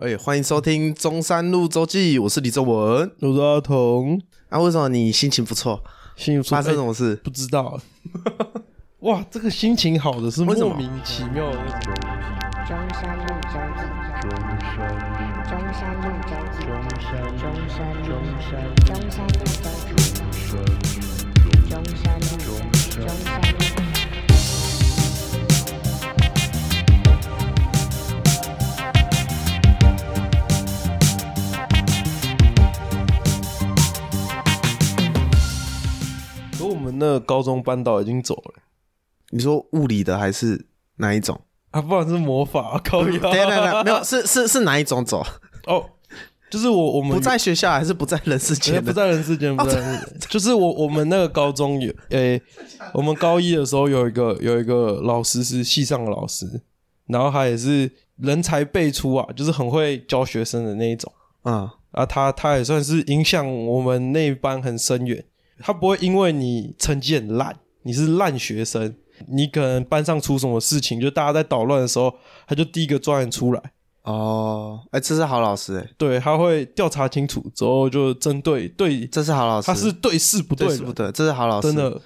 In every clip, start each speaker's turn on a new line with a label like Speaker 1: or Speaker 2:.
Speaker 1: 哎、欢迎收听中山路周记，我是李周文。
Speaker 2: 我是阿童，
Speaker 1: 啊，为什么你心情不错？
Speaker 2: 心里说
Speaker 1: 发生
Speaker 2: 哎
Speaker 1: 什么事？
Speaker 2: 不知道。 哇，这个心情好的是
Speaker 1: 为什么
Speaker 2: 莫名其妙的。
Speaker 3: 中山路周记，中山路周记，中山路中山路周记，中山路中山路。
Speaker 2: 可我们那个高中班导已经走了
Speaker 1: 你说物理的还是哪一种？
Speaker 2: 啊，不然是魔 法高
Speaker 1: 等一下，等一
Speaker 2: 压
Speaker 1: 下，没有，是是是哪一种走？
Speaker 2: 哦，就是我我们
Speaker 1: 不在哦学校还是不在人世
Speaker 2: 哎
Speaker 1: 间
Speaker 2: 不
Speaker 1: 的？
Speaker 2: 在人世间，不在人世间，就是我我们那个高中有诶、我们高一的时候有一个有一个老师是系上的老师，然后他也是人才辈出啊，就是很会教学生的那一种。
Speaker 1: 嗯，
Speaker 2: 啊，他他也算是影响我们那一班很深远。他不会因为你成绩很烂，你是烂学生，你可能班上出什么事情，就大家在捣乱的时候，他就第一个抓你出来。
Speaker 1: 哦，哎、这是好老师、哎，
Speaker 2: 对，他会调查清楚之后，就针对对，
Speaker 1: 这是好老师，
Speaker 2: 他是对事不
Speaker 1: 对
Speaker 2: 人
Speaker 1: 是不对？这是好老师，
Speaker 2: 真。的，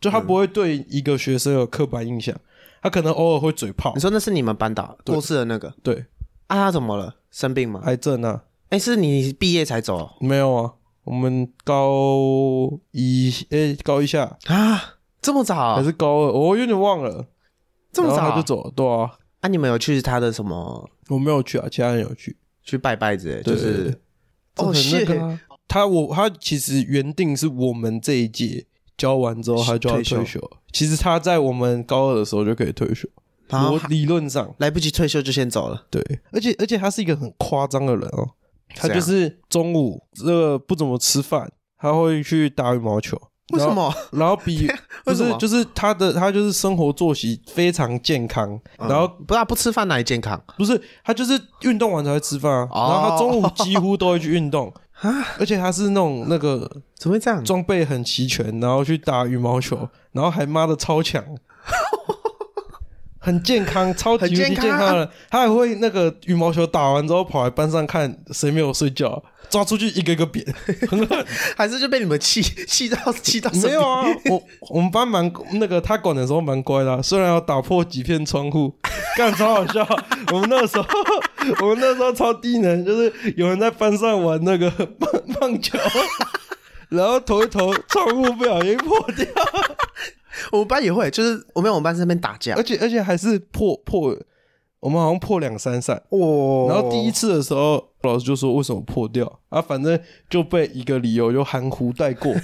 Speaker 2: 就他不会对一个学生有刻板印象，他可能偶尔会嘴炮
Speaker 1: 你，说那是你们班导
Speaker 2: 对
Speaker 1: 过世的那个
Speaker 2: 对，
Speaker 1: 啊？他怎么了？生病吗？哎、
Speaker 2: 癌症啊，
Speaker 1: 是你毕业才走哦、
Speaker 2: 没有啊，我们高一诶、高一下
Speaker 1: 啊？这么早啊、
Speaker 2: 还是高二，我有点忘了。
Speaker 1: 这么
Speaker 2: 然后
Speaker 1: 早
Speaker 2: 他
Speaker 1: 啊、
Speaker 2: 就走了，对啊，
Speaker 1: 啊？你们有去他的什么
Speaker 2: 我没有去啊，其他人有去，
Speaker 1: 去拜拜之类？
Speaker 2: 对
Speaker 1: 就
Speaker 2: 对
Speaker 1: 是
Speaker 2: 这
Speaker 1: 哦，
Speaker 2: 很那
Speaker 1: 谢
Speaker 2: 个啊他我他其实原定是我们这一届教完之后他就要
Speaker 1: 退休
Speaker 2: 退休，其实他在我们高二的时候就可以退休，
Speaker 1: 然后
Speaker 2: 我
Speaker 1: 还
Speaker 2: 理论上
Speaker 1: 来不及退休就先走了。
Speaker 2: 对，啊而且而且他是一个很夸张的人哦，他
Speaker 1: 怎
Speaker 2: 就
Speaker 1: 样
Speaker 2: 是中午这个不怎么吃饭，他会去打羽毛球，
Speaker 1: 为什
Speaker 2: 然后？
Speaker 1: 么？
Speaker 2: 然后 比不
Speaker 1: 为什
Speaker 2: 是
Speaker 1: 么
Speaker 2: 就是他的他就是生活作息非常健康，然后
Speaker 1: 不啊，不吃饭哪里健康？
Speaker 2: 不是，他就是运动完才会吃饭啊，
Speaker 1: 哦
Speaker 2: 然后他中午几乎都会去 运动而且他是那种那个
Speaker 1: 怎么会这样？
Speaker 2: 装备很齐全，然后去打羽毛球，然后还妈的 超强，很健康，超级
Speaker 1: 很
Speaker 2: 无
Speaker 1: 健
Speaker 2: 敌
Speaker 1: 康啊
Speaker 2: 健康的，他还会那个羽毛球打完之后跑来班上看谁没有睡觉，抓出去一个一个扁，很狠。
Speaker 1: 还是就被你们气 气到气到生
Speaker 2: 没
Speaker 1: 病
Speaker 2: 有啊，我我们班蛮那个他管的时候蛮乖的啊、虽然要打破几片窗户， 干超好笑。我们那时候， 我们那时候超低能，就是有人在班上玩那个 棒棒球， 然后投一投，窗户不小心破掉，
Speaker 1: 我们班也会，就是我们我们班在那边打架
Speaker 2: 而，且而且还是破破，我们好像破两三扇。
Speaker 1: 哦
Speaker 2: 然后第一次的时候，老师就说为什么破掉啊？反正就被一个理由就含糊带 过，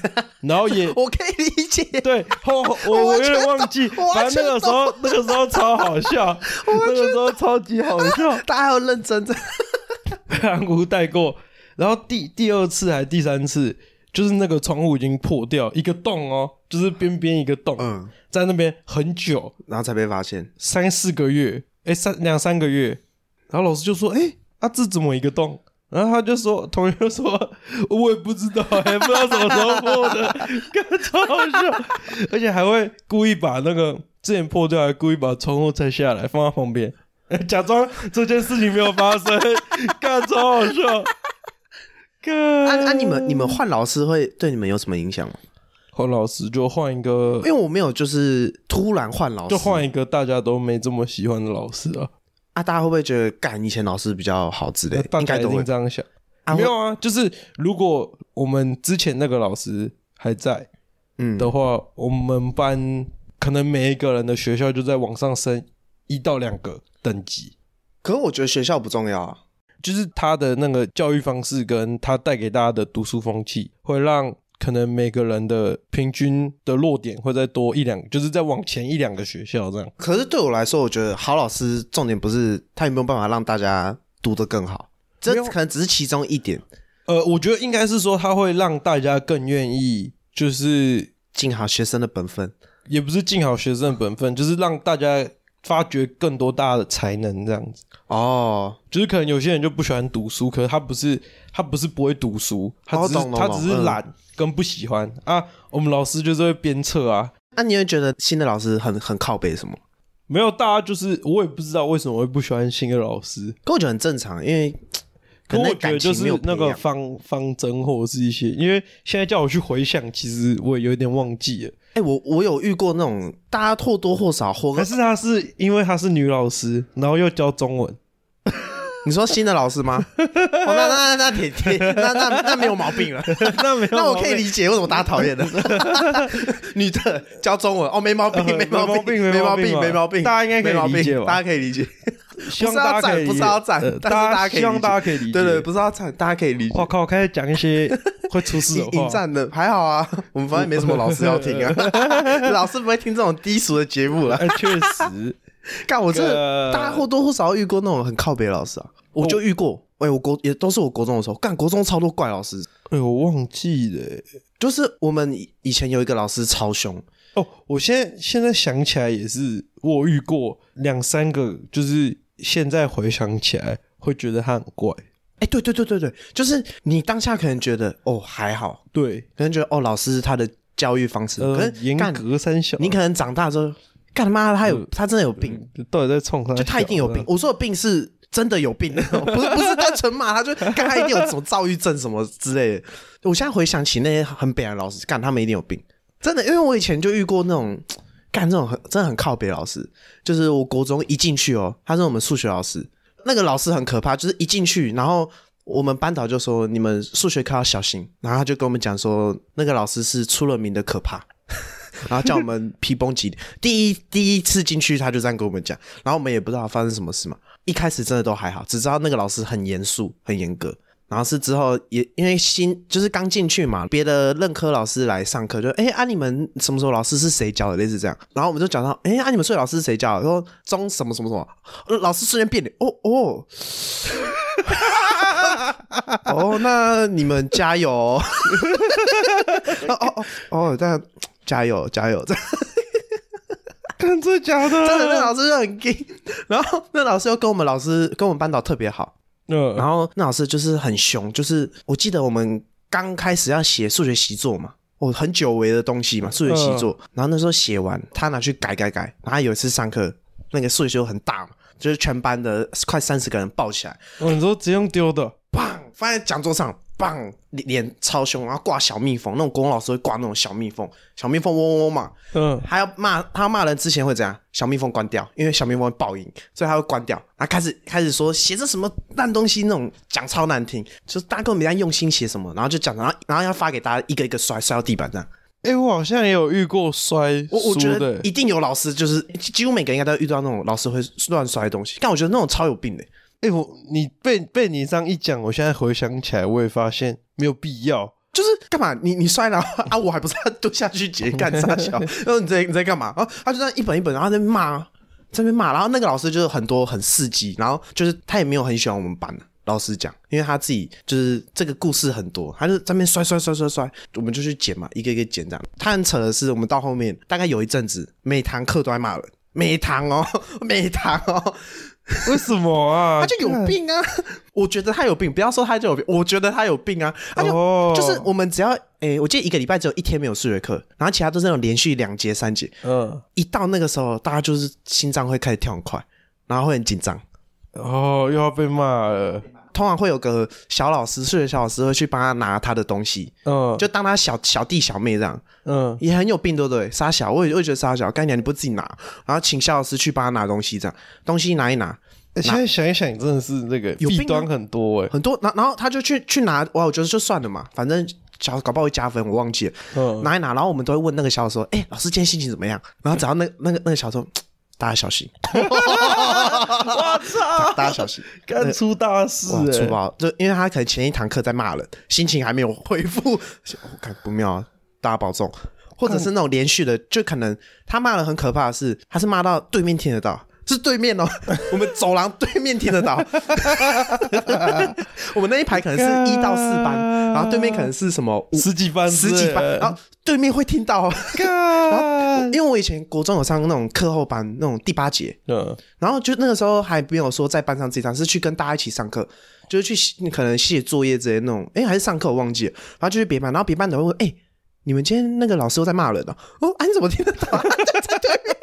Speaker 2: 然后也
Speaker 1: 我可以理解，
Speaker 2: 对，后后我我有点忘记，
Speaker 1: 我完
Speaker 2: 反
Speaker 1: 全
Speaker 2: 正那个时候那个时候超好笑，那个时候超级好 笑，
Speaker 1: 大家要认真的。
Speaker 2: 被韩国带过。然后第第二次还第三次，就是那个窗户已经破掉一个洞哦，就是边边一个洞，
Speaker 1: 嗯，
Speaker 2: 在那边很久，
Speaker 1: 然后才被发现，
Speaker 2: 三四个月，哎，三两三个月。然后老师就说：“哎，啊，这怎么一个洞？”然后他就说，同学就说：“我也不知道、 哎，不知道什么时候破的， 干超好笑，而且还会故意把那个之前破掉，还故意把窗户拆下来放在旁边， 假装这件事情没有发生， 干超好笑。干
Speaker 1: 啊啊！你们你们换老师会对你们有什么影响吗？
Speaker 2: 换老师就换一个
Speaker 1: 因，为我没有，就是突然换老师，
Speaker 2: 就换一个大家都没这么喜欢的老师啊，
Speaker 1: 啊！大家会不会觉得干以前老师比较好之类？
Speaker 2: 大
Speaker 1: 应
Speaker 2: 家
Speaker 1: 该
Speaker 2: 一
Speaker 1: 都会
Speaker 2: 定这样想。
Speaker 1: 啊会
Speaker 2: 没有啊，就是如果我们之前那个老师还在
Speaker 1: 嗯
Speaker 2: 的话，我们班可能每一个人的学校就在往上升一到两个等级，
Speaker 1: 可是我觉得学校不重要啊。
Speaker 2: 就是他的那个教育方式跟他带给大家的读书风气，会让可能每个人的平均的落点会再多一两，就是再往前一两个学校这样。
Speaker 1: 可是对我来说，我觉得好老师重点不是他有没有办法让大家读得更好，这
Speaker 2: 没有
Speaker 1: 可能只是其中一点。
Speaker 2: 呃，我觉得应该是说他会让大家更愿意，就是
Speaker 1: 尽好学生的本分。
Speaker 2: 也不是尽好学生的本分，就是让大家发掘更多大家的才能，这样子。
Speaker 1: 哦，
Speaker 2: 就是可能有些人就不喜欢读书，可是他不是他不是不会读书，他只是、
Speaker 1: 哦懂懂
Speaker 2: 他只是
Speaker 1: 懂嗯
Speaker 2: 懒跟不喜欢、啊。我们老师就是会鞭策啊，
Speaker 1: 那、你会觉得新的老师很很靠背什么？
Speaker 2: 没有，大家就是我也不知道为什么会不喜欢新的老师，
Speaker 1: 可我觉得很正常，因为可
Speaker 2: 可
Speaker 1: 能那
Speaker 2: 我觉得
Speaker 1: 感
Speaker 2: 就
Speaker 1: 情
Speaker 2: 是
Speaker 1: 没有培
Speaker 2: 那个
Speaker 1: 养
Speaker 2: 方方针或者是一些，因为现在叫我去回想，其实我也有点忘记 了。
Speaker 1: 哎、我我有遇过那种大家或多或少 或
Speaker 2: 可是她是因为她是女老师，然后又教中文，
Speaker 1: 你说新的老师吗？哦，那那那那铁铁，那那那没有毛病了。
Speaker 2: 那没 有，啊
Speaker 1: 那我可以理解为什么大家讨厌 的。女的教中文，哦，没毛病，
Speaker 2: 呃
Speaker 1: 没毛病，
Speaker 2: 没
Speaker 1: 没
Speaker 2: 毛
Speaker 1: 毛
Speaker 2: 病
Speaker 1: 病，
Speaker 2: 嘛
Speaker 1: 没毛病，
Speaker 2: 大家应该可以
Speaker 1: 没毛病
Speaker 2: 理解吧
Speaker 1: 大家可以理解。
Speaker 2: 希望大家可以理
Speaker 1: 不
Speaker 2: 解
Speaker 1: 是要赞
Speaker 2: 呃
Speaker 1: 不是要赞但是
Speaker 2: 大
Speaker 1: 大家可以
Speaker 2: 希望
Speaker 1: 理解
Speaker 2: 大家可以理解。
Speaker 1: 对对，不是要惨，大家可以理解
Speaker 2: 我。靠，开始讲一些会出事的
Speaker 1: 引引
Speaker 2: 话。
Speaker 1: 战的还好啊，我们反正没什么老师要听 啊，老师不会听这种低俗的节目了。
Speaker 2: 哎，确实，
Speaker 1: 干，我真
Speaker 2: 个
Speaker 1: 的大家或多或少遇过那种很靠北的老师啊，我就遇过。哎，我国也都是我国中的时候，干国中超多怪老师，
Speaker 2: 哎，我忘记了欸。
Speaker 1: 就是我们以以前有一个老师超凶，
Speaker 2: 哦，我现在现在想起来也是，我遇过两三个，就是现在回想起来会觉得他很怪。
Speaker 1: 哎、对对对对对，就是你当下可能觉得哦还好，
Speaker 2: 对，
Speaker 1: 可能觉得哦老师他的教育方式，可
Speaker 2: 呃，
Speaker 1: 是
Speaker 2: 严
Speaker 1: 干
Speaker 2: 格嗯三小，
Speaker 1: 你可能长大之后，干他妈的他有、他真的有病，
Speaker 2: 到底在冲他？啊
Speaker 1: 就他一定有病。。我说的病是真的 有病，不是不是单纯骂他，就干他一定有什么躁郁症什么之类的。我现在回想起那些很北的老师，干他们一定有病，真的，因为我以前就遇过那种。干这种很真的很靠北的老师，就是我国中一进去哦，他是我们数学老师，那个老师很可怕，就是一进去，然后我们班导就说你们数学课要小心，然后他就跟我们讲说那个老师是出了名的可怕，然后叫我们皮绷紧。第一第一次进去他就这样跟我们讲，然后我们也不知道发生什么事嘛，一开始真的都还好，只知道那个老师很严肃很严格。然后是之后也因为新就是刚进去嘛，别的任科老师来上课就哎啊你们什么时候老师是谁教的类似这样，然后我们就讲到哎啊你们数学老师是谁教的，说中什么什么什么，呃老师瞬间变脸，哦哦， 哦，那你们加油哦！ 哦哦哦，这样加油加油！这 样
Speaker 2: 看这假的，
Speaker 1: 真的，那老师就很 gay，然 后那老师又跟我们老师跟我们班导特别好，
Speaker 2: 嗯，
Speaker 1: 然后那老师就是很凶，就是我记得我们刚开始要写数学习作嘛，我很久违的东西嘛，数学习作。然后那时候写完，他拿去改改改。然后有一次上课，那个数学就很大嘛，就是全班的快三十个人抱起来，
Speaker 2: 哦，你说直接用丢的，
Speaker 1: 棒，放在讲桌上，棒，脸脸超凶，然后挂小蜜蜂，那种国文老师会挂那种小蜜蜂，小蜜蜂嗡嗡嗡嘛。
Speaker 2: 嗯，
Speaker 1: 他要骂他要骂人之前会怎样？小蜜蜂关掉，因为小蜜蜂会报应，所以他会关掉。然后开始开始说写这什么烂东西，那种讲超难听，就是大家根本没在用心写什么，然后就讲，然后然后要发给大家一个一个摔摔到地板这样。
Speaker 2: 哎，我好像也有遇过摔
Speaker 1: 我我觉
Speaker 2: 书
Speaker 1: 得
Speaker 2: 的
Speaker 1: 一，定有老师，就是几几乎每个人应该都会遇到那种老师会乱摔东西，但我觉得那种超有病的、
Speaker 2: 哎，我你被被你这样一讲，我现在回想起来，我也发现没有必要。
Speaker 1: 就是干嘛？你你摔了啊？我还不是要蹲下去捡干啥小？然后你在你在干嘛？然后他就这样一本一本，然后在那边骂，在那边骂。然后那个老师就是很多很刺激，然后就是他也没有很喜欢我们班老师讲，因为他自己就是这个故事很多，他就在那边摔摔摔摔摔，我们就去捡嘛，一个一个捡这样。他很扯的是，我们到后面大概有一阵子，每堂课都在骂人，每堂哦，每堂哦，
Speaker 2: 为什么啊？
Speaker 1: 他就有
Speaker 2: 看
Speaker 1: 病啊！ 我觉得他有病，不要说他就有病，我觉得他有病啊！他就、
Speaker 2: 哦
Speaker 1: 就是我们只要诶、我记得一个礼拜只有一天没有数学课，然后其他都是那种连续两节三节。
Speaker 2: 嗯，
Speaker 1: 一到那个时候，大家就是心脏会开始跳很快，然后会很紧张。
Speaker 2: 哦，又要被骂了，
Speaker 1: 通常会有个小老师，数学小老师会去帮他拿他的东西，
Speaker 2: 嗯，
Speaker 1: 就当他小小弟小妹这样，
Speaker 2: 嗯，
Speaker 1: 也很有病，对不对？傻小，我也我也觉得傻小，干娘你不自己拿，然后请小老师去帮他拿东西，这样东西拿一拿，
Speaker 2: 欸现在想一想，真的是那个
Speaker 1: 有病啊
Speaker 2: 弊端很多哎，
Speaker 1: 很多，然然后他就去去拿，哇，我觉得就算了嘛，反正小搞不好会加分，我忘记了，
Speaker 2: 嗯，
Speaker 1: 拿一拿，然后我们都会问那个小老师说，哎、老师今天心情怎么样？然后只要那那个那个小老师说，大家小心，
Speaker 2: 我操，
Speaker 1: 大家小心，
Speaker 2: 干出大事
Speaker 1: 啊哇，出
Speaker 2: 哎，
Speaker 1: 包，就因为他可能前一堂课在骂人，心情还没有恢复， 我看不妙啊，大家保重，或者是那种连续的，就可能他骂的很可怕的是，他是骂到对面听得到。是对面哦，我们走廊对面听得到。 我们那一排可能是一到四班，然后对面可能是什么五
Speaker 2: 十几班
Speaker 1: 十几班，然后对面会听到哦。
Speaker 2: 干
Speaker 1: 因，为我以前国中有上那种课后班，那种第八节，
Speaker 2: 嗯，
Speaker 1: 然后就那个时候还没有说在班上自己上，是去跟大家一起上课，就是去写可能写作业之类的那种，哎，还是上课我忘记了，然后就去别班，然后别班的会问，哎，你们今天那个老师又在骂人哦，哦，啊，你怎么听得到、啊？就在对面。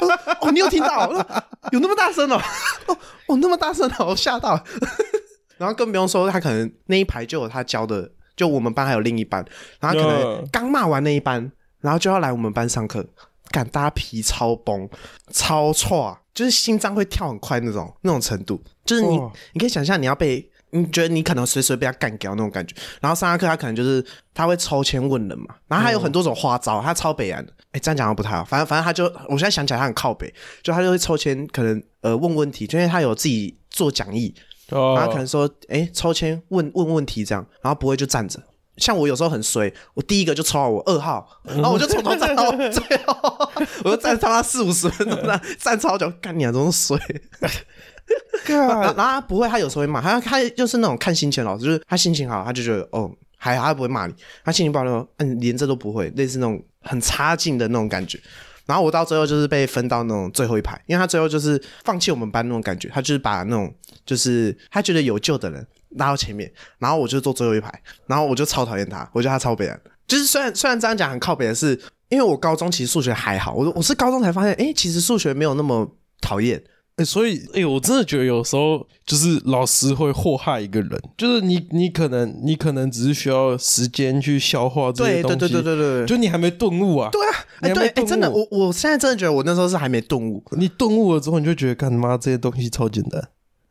Speaker 1: 我说 哦，你有听到？我说有那么大声哦？哦，哦，那么大声哦，我吓到。 然后更不用说，他可能那一排就有他教的，就我们班还有另一班，然后他可能
Speaker 2: 嗯
Speaker 1: 刚骂完那一班，然后就要来我们班上课，干大家皮超崩，超错、啊，就是心脏会跳很快那种那种程度，就是你、
Speaker 2: 哇
Speaker 1: 你可以想象你要被。你觉得你可能随随被他干掉那种感觉，然后上他课他可能就是他会抽签问人嘛，然后他有很多种花招，他超北岸的。哎，这样讲好像不太好，反正反正他就我现在想起来他很靠北，就他就会抽签，可能呃问问题，就因为他有自己做讲义，
Speaker 2: 哦，
Speaker 1: 然后可能说，哎、抽签问问问题这样，然后不会就站着。像我有时候很衰，我第一个就抽到我二号，然后我就从头站到最后，我就站他妈四五十分钟，那站超久，干你啊，这种衰。 然后 然后他不会，他有时候会骂，他他就是那种看心情的老师，就是他心情好，他就觉得哦还好，他不会骂你；他心情不好，就说嗯连这都不会，类似那种很差劲的那种感觉。然后我到最后就是被分到那种最后一排，因为他最后就是放弃我们班那种感觉，他就是把那种就是他觉得有救的人拉到前面，然后我就坐最后一排，然后我就超讨厌他，我觉得他超北人。就是虽然虽然这样讲很靠北的是，因为我高中其实数学还好，我我是高中才发现，哎，其实数学没有那么讨厌。
Speaker 2: 欸，所以哎、欸我真的觉得有时候就是老师会祸害一个人，就是你，你可能，你可能只是需要时间去消化这些
Speaker 1: 对
Speaker 2: 东
Speaker 1: 对
Speaker 2: 西，
Speaker 1: 对对对对，
Speaker 2: 就你还没顿悟啊，
Speaker 1: 对啊，哎、
Speaker 2: 你还
Speaker 1: 对，
Speaker 2: 没
Speaker 1: 哎、
Speaker 2: 顿悟
Speaker 1: 真的，我我现在真的觉得我那时候是还没顿悟，
Speaker 2: 你顿悟了之后，你就觉得干妈这些东西超简单，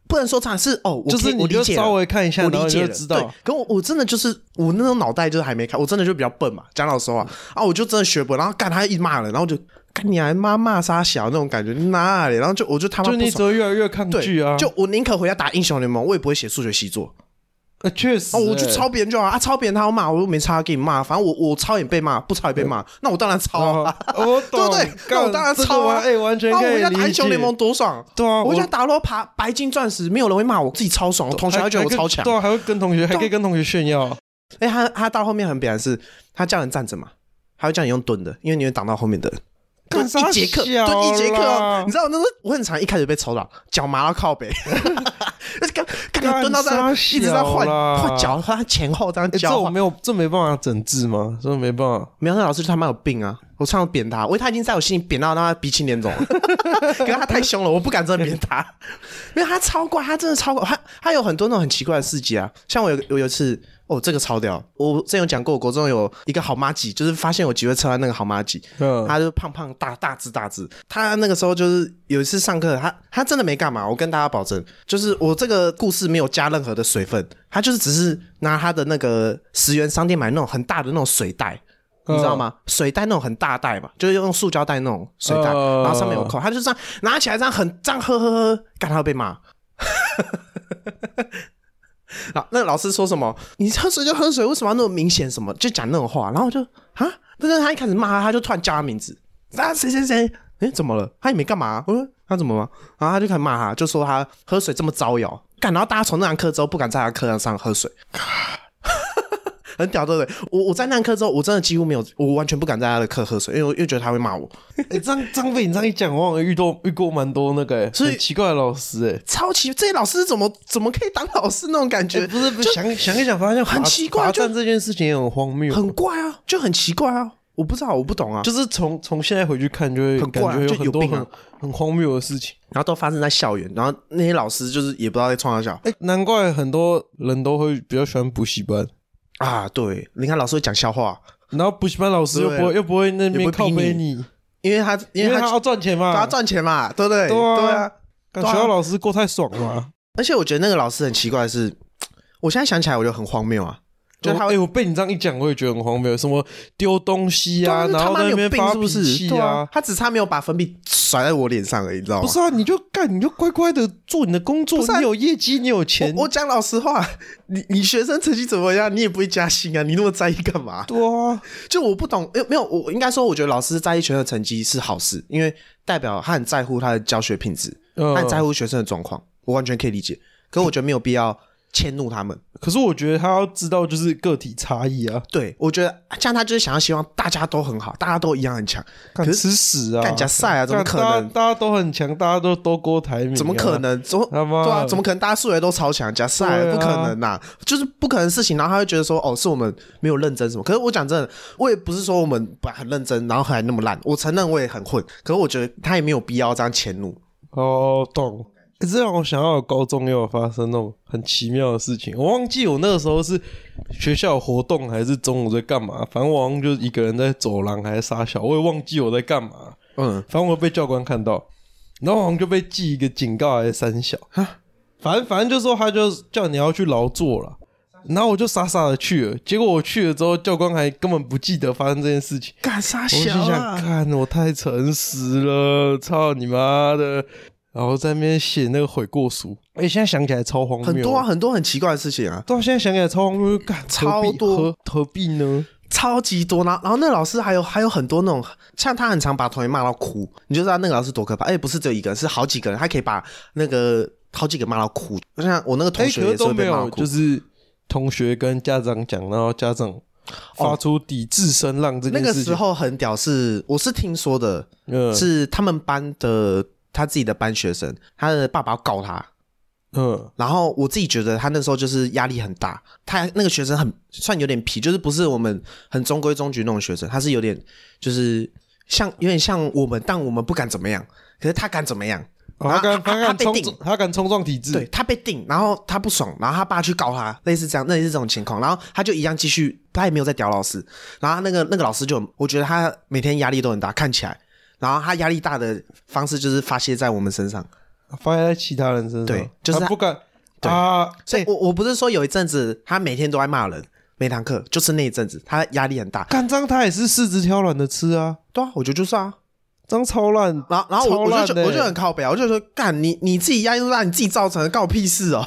Speaker 1: 不能说差是哦，我
Speaker 2: 就是
Speaker 1: 可以
Speaker 2: 你
Speaker 1: 我
Speaker 2: 就
Speaker 1: 理解了
Speaker 2: 稍微看一下，
Speaker 1: 我
Speaker 2: 然后
Speaker 1: 理
Speaker 2: 你
Speaker 1: 解
Speaker 2: 就
Speaker 1: 了，
Speaker 2: 知
Speaker 1: 对
Speaker 2: 道，，
Speaker 1: 可我我真的就是我那种脑袋就是还没开，我真的就比较笨嘛。讲老实话啊，我就真的学不，然后干他一骂了，然后我就干你还妈骂杀小那种感觉，哪里？然后就我就他妈
Speaker 2: 就
Speaker 1: 不
Speaker 2: 你只
Speaker 1: 爽。
Speaker 2: 会越来越抗拒
Speaker 1: 对
Speaker 2: 啊，
Speaker 1: 就我宁可回家打英雄联盟，我也不会写数学习作。
Speaker 2: 呃确实、
Speaker 1: 哦，我就
Speaker 2: 欸
Speaker 1: 抄别人就好啊，抄别人他要骂，我又没差，给你骂。反正我我抄也被骂，不抄也被骂，那我当然抄啊，
Speaker 2: 啊，我懂，
Speaker 1: 对不对？那我当然抄啊，
Speaker 2: 哎、欸完全
Speaker 1: 啊，我
Speaker 2: 可以
Speaker 1: 回家打
Speaker 2: 理
Speaker 1: 英雄联
Speaker 2: 解
Speaker 1: 盟多爽！
Speaker 2: 对啊，
Speaker 1: 我
Speaker 2: 我
Speaker 1: 家打罗爬白金钻石，没有人会骂我，自己超爽，我同学
Speaker 2: 还
Speaker 1: 还觉得我
Speaker 2: 还
Speaker 1: 超
Speaker 2: 跟
Speaker 1: 强
Speaker 2: 对。啊，还会跟同学，还
Speaker 1: 对啊
Speaker 2: 可以跟同学炫耀，
Speaker 1: 哎，他他到后面很表然是，他叫人站着嘛，他会叫你用蹲的，因为你会挡到后面的人。蹲
Speaker 2: 干啥
Speaker 1: 一节课，
Speaker 2: 小
Speaker 1: 蹲一节课哦
Speaker 2: 啦，
Speaker 1: 你知道我那时候我很常一开始被抽到，脚麻到 靠背，刚刚蹲到这样，
Speaker 2: 干
Speaker 1: 一
Speaker 2: 啥
Speaker 1: 直在换
Speaker 2: 小啦
Speaker 1: 换脚，换前后这样
Speaker 2: 欸、这
Speaker 1: 交
Speaker 2: 我
Speaker 1: 换。
Speaker 2: 没有，这没办法整治吗？这没办法。
Speaker 1: 没有，那老师就他妈有病啊！我常常扁他，我他已经在我心里扁到他妈鼻青脸肿了。 可是他太凶了，我不敢真的扁他，因为他超怪，他真的超怪，他他有很多那种很奇怪的事迹啊。像我有我有一次，哦，这个超屌，我之前有讲过，我国中有一个好妈吉，就是发现我几会车到那个好妈吉，
Speaker 2: 嗯，
Speaker 1: 他就胖胖大大只大只，他那个时候就是有一次上课，他他真的没干嘛，我跟大家保证，就是我这个故事没有加任何的水分，他就是只是拿他的那个十元商店买那种很大的那种水袋。你知道吗？水袋那种很大袋嘛，就是用塑胶袋那种水袋，
Speaker 2: 嗯
Speaker 1: 然后上面有扣，他就这样拿起来，这样很这样喝喝喝，干他会被骂。 老那个老师说什么？你喝水就喝水，为什么要那么明显？什么就讲那种话？然后我就啊，但是他一开始骂他，他就突然叫他名字，啊谁谁谁，哎怎么了？他也没干嘛、我说他怎么了？然后他就开始骂他，就说他喝水这么招摇，干。然后大家从那堂课之后不敢在他课堂上喝水， 很屌，对不对？我我在那堂课之后，我真的几乎没有，我完全不敢在他的课喝水，因为我又觉得他会骂我，
Speaker 2: 欸这样这样被你这样一讲，我好像遇到遇过蛮多那个、欸、
Speaker 1: 所以
Speaker 2: 很奇怪的老师哎、欸
Speaker 1: 超奇，这些老师怎么怎么可以当老师那种感觉？
Speaker 2: 欸不是不是
Speaker 1: 就
Speaker 2: 想想一想，发现
Speaker 1: 很
Speaker 2: 罚
Speaker 1: 奇怪
Speaker 2: 罚
Speaker 1: 就
Speaker 2: 站这件事情也很荒谬，
Speaker 1: 很怪啊，就很奇怪啊，我不知道，我不懂啊，就
Speaker 2: 就是从从现在回去看，就会
Speaker 1: 很
Speaker 2: 感
Speaker 1: 怪啊
Speaker 2: 觉
Speaker 1: 就有
Speaker 2: 很多
Speaker 1: 病
Speaker 2: 很、
Speaker 1: 啊
Speaker 2: 很荒谬的事情。
Speaker 1: 然后都发生在校园，然后那些老师就是也不知道在创啥笑
Speaker 2: 哎、难怪很多人都会比较喜欢补习班，
Speaker 1: 啊。对，你看老师会讲笑话，
Speaker 2: 然后补习班老师又
Speaker 1: 对啊
Speaker 2: 不会又不会那
Speaker 1: 也
Speaker 2: 边
Speaker 1: 不会
Speaker 2: 靠
Speaker 1: 逼
Speaker 2: 背
Speaker 1: 你
Speaker 2: 你，
Speaker 1: 因为他因为
Speaker 2: 因为他
Speaker 1: 他
Speaker 2: 要赚钱嘛，
Speaker 1: 他赚钱嘛，对不对？
Speaker 2: 对啊
Speaker 1: 对啊。对
Speaker 2: 干
Speaker 1: 啊
Speaker 2: 学校老师过太爽了啊、
Speaker 1: 而且我觉得那个老师很奇怪的是，我现在想起来我觉得很荒谬啊， 就
Speaker 2: 就
Speaker 1: 他
Speaker 2: 他，
Speaker 1: 会
Speaker 2: 哎、我被你这样一讲，我也觉得很荒谬，什么丢东西
Speaker 1: 对啊
Speaker 2: 啊，
Speaker 1: 那
Speaker 2: 然
Speaker 1: 他
Speaker 2: 后
Speaker 1: 妈
Speaker 2: 在那
Speaker 1: 有
Speaker 2: 边
Speaker 1: 病
Speaker 2: 发
Speaker 1: 是不
Speaker 2: 脾气
Speaker 1: 是？对啊
Speaker 2: 啊，，
Speaker 1: 他只差没有把粉笔甩在我脸上而已，你知道吗？
Speaker 2: 不是啊，你就干，你就乖乖的做你的工作
Speaker 1: 不是，啊
Speaker 2: 你有业绩，你有钱，
Speaker 1: 我我讲老实话，你你学生成绩怎么样，你也不会加薪啊，你那么在意干嘛？
Speaker 2: 对啊，
Speaker 1: 就我不懂，没没有，我应该说，我觉得老师在意学生的成绩是好事，因为代表他很在乎他的教学品质，
Speaker 2: 嗯
Speaker 1: 他很在乎学生的状况，我完全可以理解。可我觉得没有必要迁怒他们。
Speaker 2: 呃可是我觉得他要知道就是个体差异啊，
Speaker 1: 对，我觉得这样他就是想要希望大家都很好，大家都一样很强。
Speaker 2: 敢
Speaker 1: 可是
Speaker 2: 吃屎啊，
Speaker 1: 干假赛啊，怎么
Speaker 2: 干
Speaker 1: 可
Speaker 2: 大家
Speaker 1: 能？
Speaker 2: 大家都很强，大家都都过台啊名、
Speaker 1: 怎么可？能？怎么
Speaker 2: 他妈
Speaker 1: 对啊？怎么可能大家数学都超强？假赛、
Speaker 2: 对啊
Speaker 1: 不可能呐、就是不可能的事情。然后他会觉得说，哦，是我们没有认真什么。可是我讲真的，我也不是说我们本来很认真，然后还那么烂。我承认我也很混，可是我觉得他也没有必要这样迁怒。
Speaker 2: 哦，懂。可是让我想到我高中也有发生那种很奇妙的事情，我忘记我那个时候是学校有活动还是中午在干嘛，反正我好像就一个人在走廊还是傻小，我也忘记我在干嘛，
Speaker 1: 嗯，
Speaker 2: 反正我被教官看到，然后我好像就被记一个警告还是三小，反正反正就说他就叫你要去劳作了，然后我就傻傻的去了，结果我去了之后，教官还根本不记得发生这件事情。
Speaker 1: 干啥
Speaker 2: 我就
Speaker 1: 小
Speaker 2: 想，
Speaker 1: 啊？
Speaker 2: 看我太诚实了，操你妈的！然后在那边写那个悔过书，哎、现在想起来超荒谬，
Speaker 1: 很多啊，，很多很奇怪的事情啊，
Speaker 2: 对啊，现在想起来超荒谬，干
Speaker 1: 超
Speaker 2: 何必
Speaker 1: 多
Speaker 2: 何何必呢？
Speaker 1: 超级多。然后，然后那老师还有还有很多那种，像他很常把同学骂到哭，你就知道那个老师多可怕。而且哎不是只有一个人，是好几个人，他可以把那个好几个骂到哭。就像我那个
Speaker 2: 哎、
Speaker 1: 同学
Speaker 2: 可
Speaker 1: 也是
Speaker 2: 是都
Speaker 1: 会
Speaker 2: 没
Speaker 1: 被骂到
Speaker 2: 有，
Speaker 1: 哭。
Speaker 2: 就是同学跟家长讲，然后家长发出
Speaker 1: 哦
Speaker 2: 抵制声浪这
Speaker 1: 那个
Speaker 2: 件事情。
Speaker 1: 时候很屌是，我是听说的，
Speaker 2: 嗯
Speaker 1: 是他们班的他自己的班学生，他的爸爸告他。
Speaker 2: 嗯，
Speaker 1: 然后我自己觉得他那时候就是压力很大，他那个学生很算有点皮，就是不是我们很中规中矩那种学生，他是有点就是像有点像我们，但我们不敢怎么样，可是他敢怎么样？
Speaker 2: 哦
Speaker 1: 然
Speaker 2: 他
Speaker 1: 后
Speaker 2: 敢
Speaker 1: 啊他
Speaker 2: 他敢
Speaker 1: 被
Speaker 2: 冲
Speaker 1: 定
Speaker 2: 撞，他敢冲撞体制，
Speaker 1: 对，他被定，然后他不爽，然后他爸去告他，类似这样，类似这种情况，然后他就一样继续，他也没有在屌老师，然后那个那个老师就很，我觉得他每天压力都很大，看起来，然后他压力大的方式就是发泄在我们身上，
Speaker 2: 发在其他人身上，
Speaker 1: 对就是
Speaker 2: 他
Speaker 1: 他
Speaker 2: 不敢
Speaker 1: 对
Speaker 2: 啊，
Speaker 1: 所以
Speaker 2: 哎
Speaker 1: 我我不是说有一阵子他每天都在骂人，每堂课就是那一阵子他压力很大，
Speaker 2: 干这样他也是柿子挑软的吃啊，
Speaker 1: 对啊，我觉得就是啊，
Speaker 2: 这样超烂，
Speaker 1: 然后然后我
Speaker 2: 超
Speaker 1: 我
Speaker 2: 烂欸
Speaker 1: 就
Speaker 2: 的
Speaker 1: 我就很靠北啊，我就说干你你自己压力都大，你自己造成的，告我屁事哦，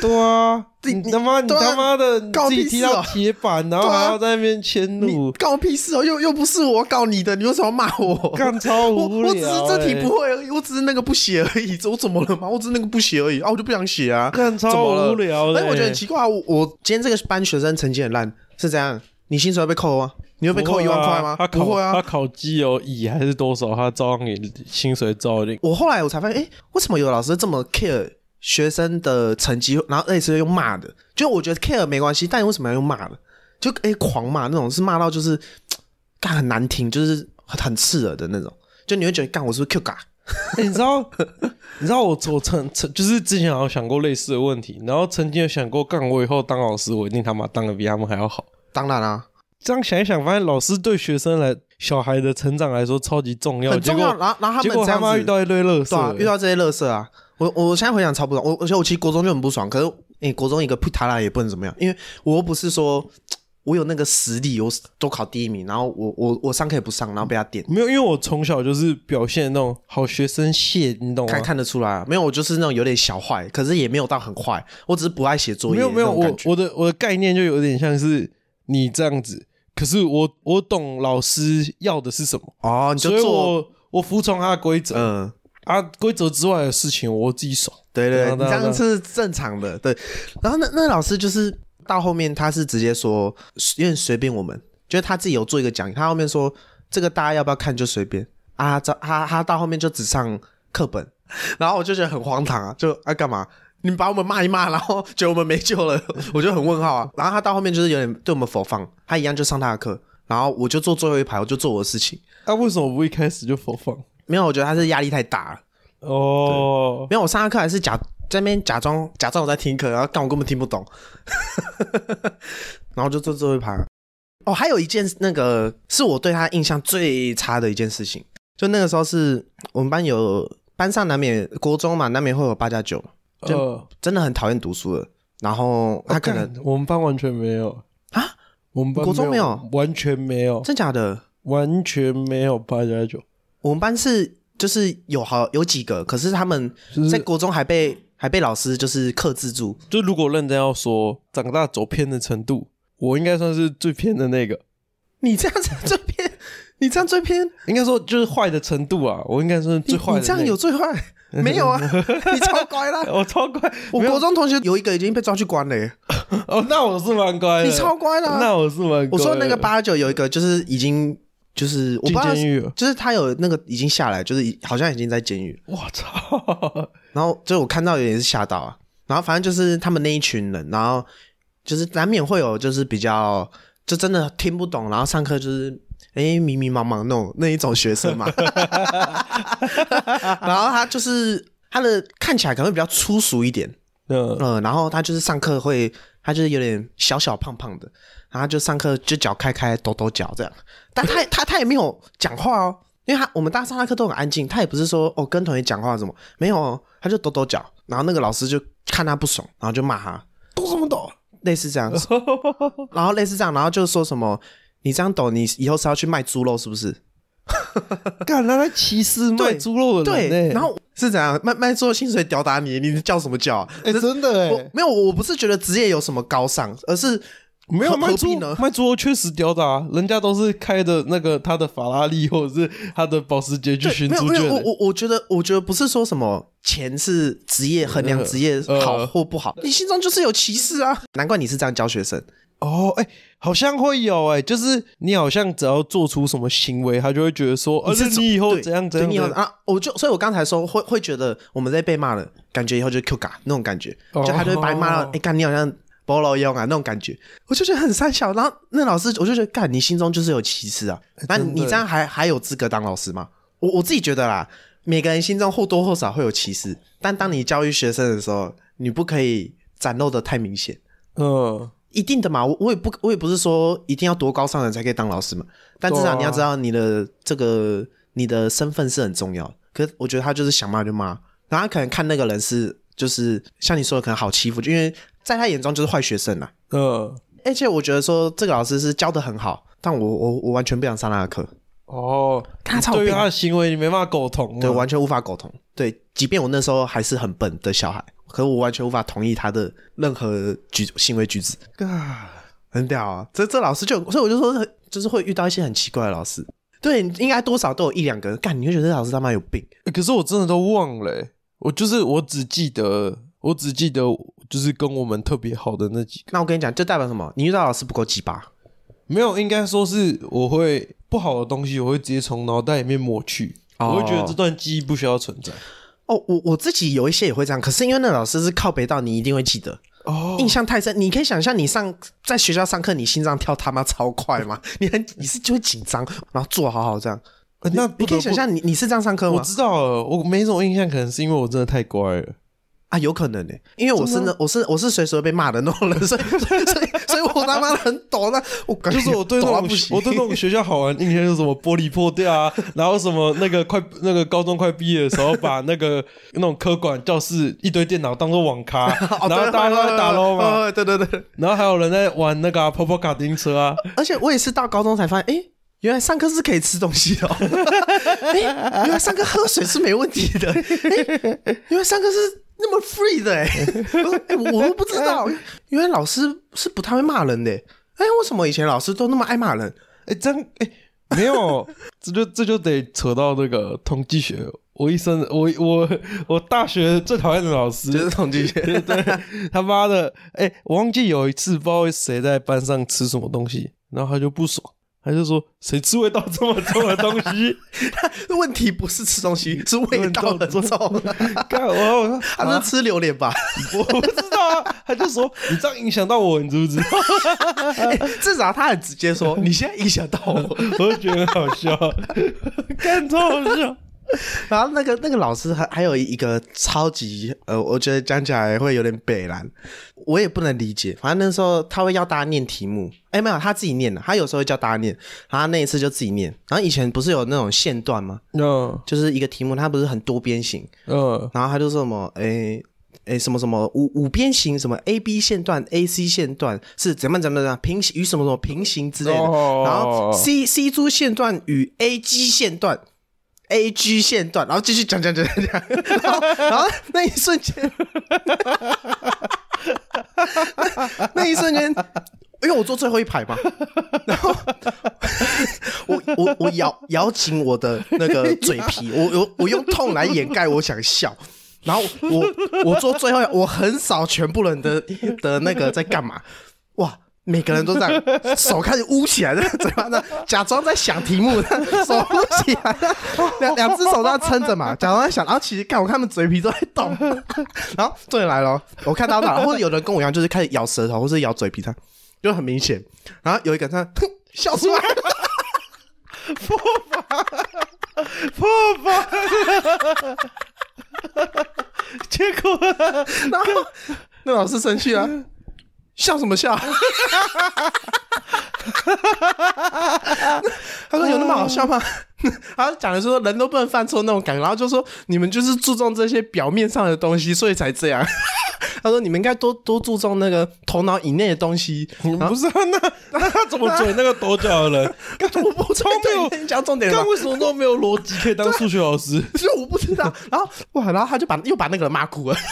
Speaker 2: 对啊，
Speaker 1: 你
Speaker 2: 你
Speaker 1: 你
Speaker 2: 他妈你
Speaker 1: 对啊
Speaker 2: 他妈的你
Speaker 1: 搞
Speaker 2: 自己
Speaker 1: 屁
Speaker 2: 踢
Speaker 1: 事
Speaker 2: 到
Speaker 1: 哦
Speaker 2: 铁板，然后
Speaker 1: 对啊
Speaker 2: 还要在那边迁
Speaker 1: 你
Speaker 2: 怒，
Speaker 1: 告我屁事哦，又又不是我告你的，你为什么要骂我？
Speaker 2: 干超
Speaker 1: 我
Speaker 2: 无聊
Speaker 1: 我
Speaker 2: 欸。
Speaker 1: 只是这题不会而已，我只是那个不写而已，我怎么了吗？我只是那个不写而已啊，我就不想写啊，
Speaker 2: 干
Speaker 1: 怎么
Speaker 2: 超
Speaker 1: 了
Speaker 2: 无聊的欸。
Speaker 1: 但我觉得很奇怪啊，我我今天这个班学生成绩很烂，是怎样？你薪水会被扣吗？你会被
Speaker 2: 不
Speaker 1: 扣
Speaker 2: 会啊
Speaker 1: 一万块吗
Speaker 2: 他？考
Speaker 1: 不会
Speaker 2: 他
Speaker 1: 啊。
Speaker 2: 考绩有乙还是多少？他照样给你薪水 照领。
Speaker 1: 我后来我才发现，哎、为什么有的老师这么 care 学生的成绩，然后类似用骂的？就我觉得 care 没关系，但你为什么要用骂的？就哎、狂骂那种，是骂到就是干很难听，就是很很刺耳的那种。就你会觉得干我是不是 Q 嘎？
Speaker 2: 欸你知道，你知道我我曾曾就是之前好像想过类似的问题，然后曾经有想过，干我以后当老师，我一定他妈当的比他们还要好。
Speaker 1: 当然啊啦、
Speaker 2: 这样想一想，发现老师对学生来小孩的成长来说超级重要。
Speaker 1: 很重要。
Speaker 2: 结果
Speaker 1: 然后然后他
Speaker 2: 结
Speaker 1: 们
Speaker 2: 果
Speaker 1: 这
Speaker 2: 他
Speaker 1: 样
Speaker 2: 妈
Speaker 1: 子
Speaker 2: 遇到一堆乐色、
Speaker 1: 对啊，遇到这些乐色啊，我我现在回想超不爽，我而且我其实国中就很不爽，可是你、国中一个普塔拉也不能怎么样，因为我又不是说我有那个实力，我都考第一名，然后我我我上课也不上，然后被他点，
Speaker 2: 没有，因为我从小就是表现那种好学生屑，你懂吗？
Speaker 1: 看看得出来啊，没有，我就是那种有点小坏，可是也没有到很坏，我只是不爱写作业
Speaker 2: 没有没有，
Speaker 1: 那种感
Speaker 2: 我
Speaker 1: 觉
Speaker 2: 我的我的概念就有点像是你这样子，可是我我懂老师要的是什么，
Speaker 1: 哦，你
Speaker 2: 所
Speaker 1: 就
Speaker 2: 以
Speaker 1: 做
Speaker 2: 我我服从他的规则、
Speaker 1: 嗯。
Speaker 2: 啊，规则之外的事情我自己爽。
Speaker 1: 对
Speaker 2: 对
Speaker 1: 对，
Speaker 2: 啊
Speaker 1: 你
Speaker 2: 对
Speaker 1: 这
Speaker 2: 啊
Speaker 1: 样是正常的。对，然后那那老师就是到后面他是直接说有点随便我们，就是他自己有做一个讲义，他后面说这个大家要不要看就随便啊，这他他到后面就只上课本，然后我就觉得很荒唐啊，就啊干嘛？你们把我们骂一骂，然后觉得我们没救了， 我就很问号啊。然后他到后面就是有点对我们否放，他一样就上他的课，然后我就坐最后一排，我就做我的事情。
Speaker 2: 那、啊为什么不一开始就否放？
Speaker 1: 没有，我觉得他是压力太大了。
Speaker 2: 哦，
Speaker 1: 没有，我上他课还是假在那边假装假装我在听课，然后但我根本听不懂， 然后就坐最后一排。哦，还有一件那个是我对他印象最差的一件事情，就那个时候是我们班有班上难免国中嘛，难免会有八加九，就
Speaker 2: 呃，
Speaker 1: 真的很讨厌读书的。然后他可能、
Speaker 2: 干我们班完全没有
Speaker 1: 啊，
Speaker 2: 我们班
Speaker 1: 国中没有，
Speaker 2: 完全没有，
Speaker 1: 真假的，
Speaker 2: 完全没有八加九，
Speaker 1: 我们班是就是有好有几个，可是他们
Speaker 2: 就是
Speaker 1: 在国中还被还被老师就是克制住，
Speaker 2: 就如果认真要说长大走偏的程度，我应该算是最偏的那个。
Speaker 1: 你这样子最偏，你这样最偏。
Speaker 2: 应该说就是坏的程度啊，我应该算是
Speaker 1: 你
Speaker 2: 最坏的
Speaker 1: 你
Speaker 2: 那个。
Speaker 1: 这样有最坏？没有啊， 你超乖啦。
Speaker 2: 我超乖，
Speaker 1: 我
Speaker 2: 没有
Speaker 1: 国中同学有一个已经被抓去关了耶，
Speaker 2: 哦，那我是蛮乖的，
Speaker 1: 你超乖啦。
Speaker 2: 那我是蛮乖的。
Speaker 1: 我说那个八九有一个就是已经就是我不
Speaker 2: 进
Speaker 1: 知道
Speaker 2: 监狱
Speaker 1: 是
Speaker 2: 了，
Speaker 1: 就是他有那个已经下来，就是已好像已经在监狱。
Speaker 2: 我操，
Speaker 1: 然后就我看到有点是吓到啊。然后反正就是他们那一群人，然后就是难免会有就是比较就真的听不懂，然后上课就是。哎，迷迷茫茫那种那一种学生嘛，然后他就是他的看起来可能会比较粗俗一点，
Speaker 2: 嗯，
Speaker 1: 嗯，然后他就是上课会，他就是有点小小胖胖的，然后他就上课就脚开开抖抖脚这样，但他他他也没有讲话哦，因为他我们大家上他课都很安静，他也不是说哦跟同学讲话什么，没有、哦，他就抖抖脚，然后那个老师就看他不爽，然后就骂他抖什么抖，类似这样 子，然后类似这样，然后就说什么你这样抖，你以后是要去卖猪肉是不是？
Speaker 2: 干他在歧视卖
Speaker 1: 对
Speaker 2: 猪肉的人
Speaker 1: 对，
Speaker 2: 呢
Speaker 1: 然后欸是怎样卖卖猪肉薪水吊打你，你叫什么叫、啊？
Speaker 2: 哎，真的
Speaker 1: 我
Speaker 2: 哎，
Speaker 1: 没有，我不是觉得职业有什么高尚，而是
Speaker 2: 没有
Speaker 1: 何
Speaker 2: 卖
Speaker 1: 何
Speaker 2: 猪
Speaker 1: 必呢？
Speaker 2: 卖猪肉确实屌打啊，人家都是开的那个他的法拉利或者是他的保时捷去
Speaker 1: 对，
Speaker 2: 寻
Speaker 1: 没有
Speaker 2: 猪
Speaker 1: 没有，
Speaker 2: 圈
Speaker 1: 我
Speaker 2: 的。
Speaker 1: 我我觉得，我觉得不是说什么钱是职业衡量职业
Speaker 2: 呃
Speaker 1: 好或不好，你心中就是有歧视啊，难怪你是这样教学生。
Speaker 2: 哦，哎，好像会有哎，就是你好像只要做出什么行为，他就会觉得说，而且
Speaker 1: 是
Speaker 2: 你以后
Speaker 1: 对
Speaker 2: 怎样怎
Speaker 1: 对
Speaker 2: 样
Speaker 1: 你
Speaker 2: 怎
Speaker 1: 以后
Speaker 2: 样。
Speaker 1: 啊，我就所以，我刚才说会会觉得我们在被骂了，感觉以后就是 Q 嘎那种感觉，
Speaker 2: 哦
Speaker 1: 就他就会把你骂 到，哎、干你好像。菠萝用啊，那种感觉，我就觉得很三小。然后那老师，我就觉得，干你心中就是有歧视啊！那
Speaker 2: 哎真的
Speaker 1: 你这样还还有资格当老师吗？我我自己觉得啦，每个人心中或多或少会有歧视，但当你教育学生的时候，你不可以展露的太明显。
Speaker 2: 嗯，
Speaker 1: 一定的嘛，我我也不我也不是说一定要多高尚的人才可以当老师嘛，但至
Speaker 2: 对
Speaker 1: 少
Speaker 2: 啊
Speaker 1: 你要知道你的这个你的身份是很重要的。可是我觉得他就是想骂就骂，然后他可能看那个人是就是像你说的可能好欺负，就因为在他眼中就是坏学生啦。
Speaker 2: 嗯，
Speaker 1: 而且我觉得说这个老师是教的很好，但我我我完全不想上他的课，
Speaker 2: 哦，
Speaker 1: 他超有
Speaker 2: 对于
Speaker 1: 病
Speaker 2: 他的行为你没办法苟同啊。
Speaker 1: 对，完全无法苟同。对，即便我那时候还是很笨的小孩，可我完全无法同意他的任何举行为举止。
Speaker 2: 啊，
Speaker 1: 很屌啊！这这老师就，所以我就说，就是会遇到一些很奇怪的老师。对，应该多少都有一两个，干你会觉得这老师他妈有病。
Speaker 2: 欸可是我真的都忘了欸、我就是我只记得，我只记得就是跟我们特别好的那几个，
Speaker 1: 那我跟你讲，这代表什么？你遇到老师不够鸡巴。
Speaker 2: 没有，应该说是我会不好的东西，我会直接从脑袋里面抹去，
Speaker 1: 哦
Speaker 2: 我会觉得这段记忆不需要存在。
Speaker 1: 哦，我我自己有一些也会这样，可是因为那老师是靠北到你一定会记得，
Speaker 2: 哦，
Speaker 1: 印象太深。你可以想象，你上在学校上课，你心脏跳他妈超快 吗？你很你是就会紧张，然后坐好啊好这样。
Speaker 2: 呃那不
Speaker 1: 你可以
Speaker 2: 得
Speaker 1: 想
Speaker 2: 不，
Speaker 1: 象你，你是这样上课
Speaker 2: 我
Speaker 1: 吗？
Speaker 2: 知道了，我没什么印象，可能是因为我真的太乖了。
Speaker 1: 啊，有可能呢、因为我是
Speaker 2: 真的
Speaker 1: 那我是我是随时会被骂的那种人，所以所以所以所以我他妈的很抖，那我感
Speaker 2: 就
Speaker 1: 觉
Speaker 2: 是我对那
Speaker 1: 抖到
Speaker 2: 种
Speaker 1: 不行，
Speaker 2: 我对那种学校好玩的印象就是什么玻璃破掉啊，然后什么那个快那个高中快毕业的时候，把那个那种科管教室一堆电脑当做网咖，
Speaker 1: 哦
Speaker 2: 然后
Speaker 1: 对
Speaker 2: 大家都在打 LO 嘛，
Speaker 1: 呃对对对。
Speaker 2: 然后还有人在玩那个、啊、跑跑卡丁车啊，
Speaker 1: 而且我也是到高中才发现，哎、原来上课是可以吃东西的、哦， 哎、原来上课喝水是没问题的，哎、原来上课是那么 free 的、哎，我说哎我我都不知道，原来老师是不太会骂人的、哎、为什么以前老师都那么爱骂人？
Speaker 2: 哎，这样哎，没有，这就这就得扯到那个统计学。我一生，我我我大学最讨厌的老师
Speaker 1: 就是统计学
Speaker 2: 对对，他妈的，哎、我忘记有一次不知道谁在班上吃什么东西，然后他就不爽，他就说谁吃味道这么重的东 西，
Speaker 1: 问题不是吃东西，是味 道很重。
Speaker 2: 干我我说
Speaker 1: 他是吃榴莲吧？
Speaker 2: 我不知道啊，他就说你这样影响到我，你知不知道？
Speaker 1: 哎至少他很直接说，你现在影响到我。
Speaker 2: 我就觉得很好笑，干超好笑。
Speaker 1: 然后那个那个老师还还有一个超级呃，我觉得讲起来会有点北蓝，我也不能理解。反正那时候他会要大家念题目，哎，没有他自己念的，他有时候会叫大家念，然后他那一次就自己念。然后以前不是有那种线段吗？
Speaker 2: 嗯
Speaker 1: 就是一个题目，它不是很多边形，
Speaker 2: 嗯，
Speaker 1: 然后他就说什么，哎哎什么什么五五边形，什么 A B 线段、A C 线段是怎么样怎么样怎么样平行与什么什么平行之类的，
Speaker 2: 哦
Speaker 1: 然后 C C 珠线段与 A G 线段。A G 线段，然后继续讲讲讲讲 讲，然后然后那一瞬间， 那一瞬间，因为我坐最后一排嘛，然后我我我咬咬紧我的那个嘴皮，我我我用痛来掩盖我想笑。然后我我做最后，我很少全部人的的那个在干嘛？哇，每个人都这样，手开始捂起来，在嘴巴那假装在想题目，这样手捂起来，两两只手都要撑着嘛，假装在想。然后其实看我看他们嘴皮都在动， 然后重点来了哦，我看到哪，或者有人跟我一样，就是开始咬舌头，或是咬嘴皮，他就很明显。然后有一个他哼笑出来。
Speaker 2: 破防了结果
Speaker 1: 然后 那老师生气了、笑什么笑？ 他说有那么好笑吗？ 他讲的是说人都不能犯错那种感觉，然后就说你们就是注重这些表面上的东西，所以才这样。 他说你们应该多多注重那个头脑以内的东西。然后
Speaker 2: 不是啊，那 那他怎么嘴 那个抖脚的 人？
Speaker 1: 我不知道
Speaker 2: 聪明哦
Speaker 1: 对你讲重点了
Speaker 2: 看
Speaker 1: 吧？
Speaker 2: 为什么都没有逻辑可以当数学老师？
Speaker 1: 所以我不知道。然后哇，然后他就把又把那个人骂哭了。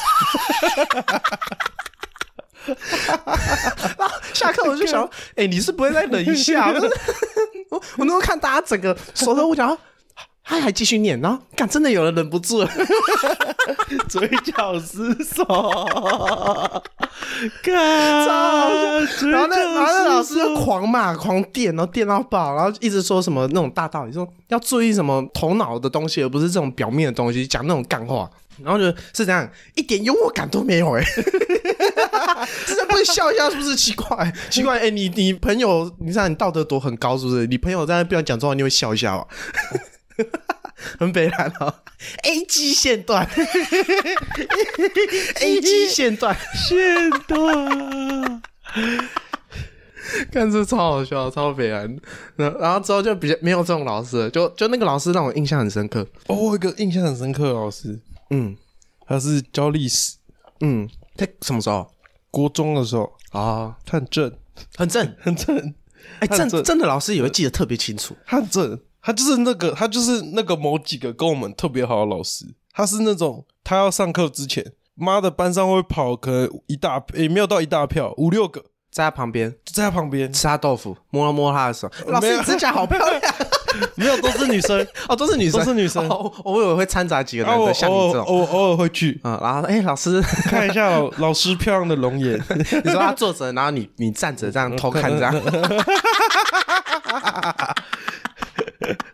Speaker 1: 然后下课我就想，哎、你是不会再忍一下？我 我我能够看大家整个手头，我讲他还继续念，然后干真的有人忍不住了，
Speaker 2: 嘴角失 手，
Speaker 1: 好
Speaker 2: 干，嘴
Speaker 1: 然后那然后那老
Speaker 2: 角
Speaker 1: 师就狂骂狂电，然后电到爆，然后一直说什么那种大道理，说要注意什么头脑的东西，而不是这种表面的东西，讲那种干话。然后就是这样，一点幽默感都没有哎、 欸，是在不是笑一下是不是奇怪？奇怪哎、欸你你朋友，你想你道德多很高是不是？你朋友在那边讲这种话，你会笑一下哦， 很北然哦，A G 线段 ，A G 线段，
Speaker 2: 线段。
Speaker 1: 看这超好笑，超北然。然后然后之后就比较没有这种老师了，就就那个老师让我印象很深刻。
Speaker 2: 哦，我有一个印象很深刻的老师，
Speaker 1: 嗯
Speaker 2: 他是教历史，
Speaker 1: 嗯，他什么时候
Speaker 2: 国中的时候，
Speaker 1: 啊？
Speaker 2: 他很正，
Speaker 1: 很正，
Speaker 2: 很正，
Speaker 1: 哎、
Speaker 2: 很
Speaker 1: 正
Speaker 2: 正
Speaker 1: 正的老师也会记得特别清楚。
Speaker 2: 他很正，他就是那个，他就是那个某几个跟我们特别好的老师，他是那种他要上课之前，妈的班上会跑可能一大也、没有到一大票，五六个
Speaker 1: 在他旁边
Speaker 2: 就在他旁边，
Speaker 1: 吃他豆腐，摸了摸他 的手，老
Speaker 2: 没
Speaker 1: 师
Speaker 2: 有
Speaker 1: 你指甲好漂亮
Speaker 2: 没有都是女 生，
Speaker 1: 哦，都是女生，
Speaker 2: 都是女 生
Speaker 1: 哦、我我以为会掺杂几个
Speaker 2: 啊
Speaker 1: 男
Speaker 2: 我
Speaker 1: 的，像你
Speaker 2: 偶
Speaker 1: 这种。
Speaker 2: 尔偶尔偶尔会去
Speaker 1: 嗯，然后 哎、老师，
Speaker 2: 看一下老老师漂亮的容颜，
Speaker 1: 你说他坐着，然后你你站着这样偷看这样，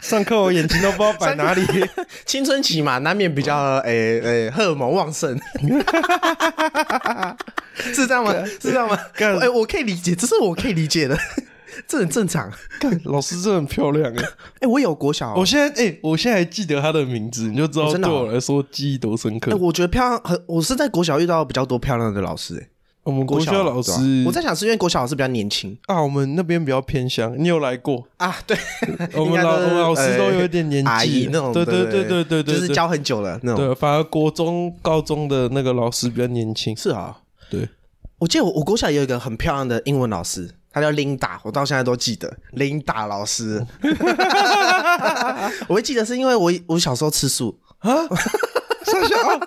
Speaker 2: 上课我眼睛都不知道摆哪里，
Speaker 1: 青春期嘛，难免比较
Speaker 2: 嗯
Speaker 1: 诶诶、荷尔蒙旺盛， 是这样吗？是这样吗？
Speaker 2: 啊干
Speaker 1: 哎、我可以理解，这是我可以理解的， 这很正常。
Speaker 2: 干老师真的很漂亮哎。
Speaker 1: 哎、我有国小，
Speaker 2: 我现在哎、我现在还记得他的名字，你就知道
Speaker 1: 哦真的
Speaker 2: 对
Speaker 1: 哦
Speaker 2: 我来说记忆多深刻。
Speaker 1: 哎、我觉得漂亮很，我是在国小遇到比较多漂亮的老师、哎，
Speaker 2: 我们国校老
Speaker 1: 对
Speaker 2: 师
Speaker 1: 吧，我在想是因为国小老师比较年轻
Speaker 2: 啊，我们那边比较偏乡，你有来过？
Speaker 1: 啊，对，
Speaker 2: 我
Speaker 1: 应
Speaker 2: 们
Speaker 1: 该
Speaker 2: 老
Speaker 1: 都
Speaker 2: 我
Speaker 1: 是
Speaker 2: 们老师都
Speaker 1: 哎
Speaker 2: 有一点年
Speaker 1: 阿
Speaker 2: 纪
Speaker 1: 姨
Speaker 2: 了，
Speaker 1: 那种，
Speaker 2: 对
Speaker 1: 对
Speaker 2: 对对对对，
Speaker 1: 就是
Speaker 2: 对
Speaker 1: 教很久了那种，
Speaker 2: 对，反而国中、高中的那个老师比较年轻。
Speaker 1: 是啊、
Speaker 2: 对，
Speaker 1: 我记得我我国小也有一个很漂亮的英文老师，她叫 Linda，我到现在都记得 Linda 老师。 我会记得是因为我我小时候吃素，
Speaker 2: 上下啊，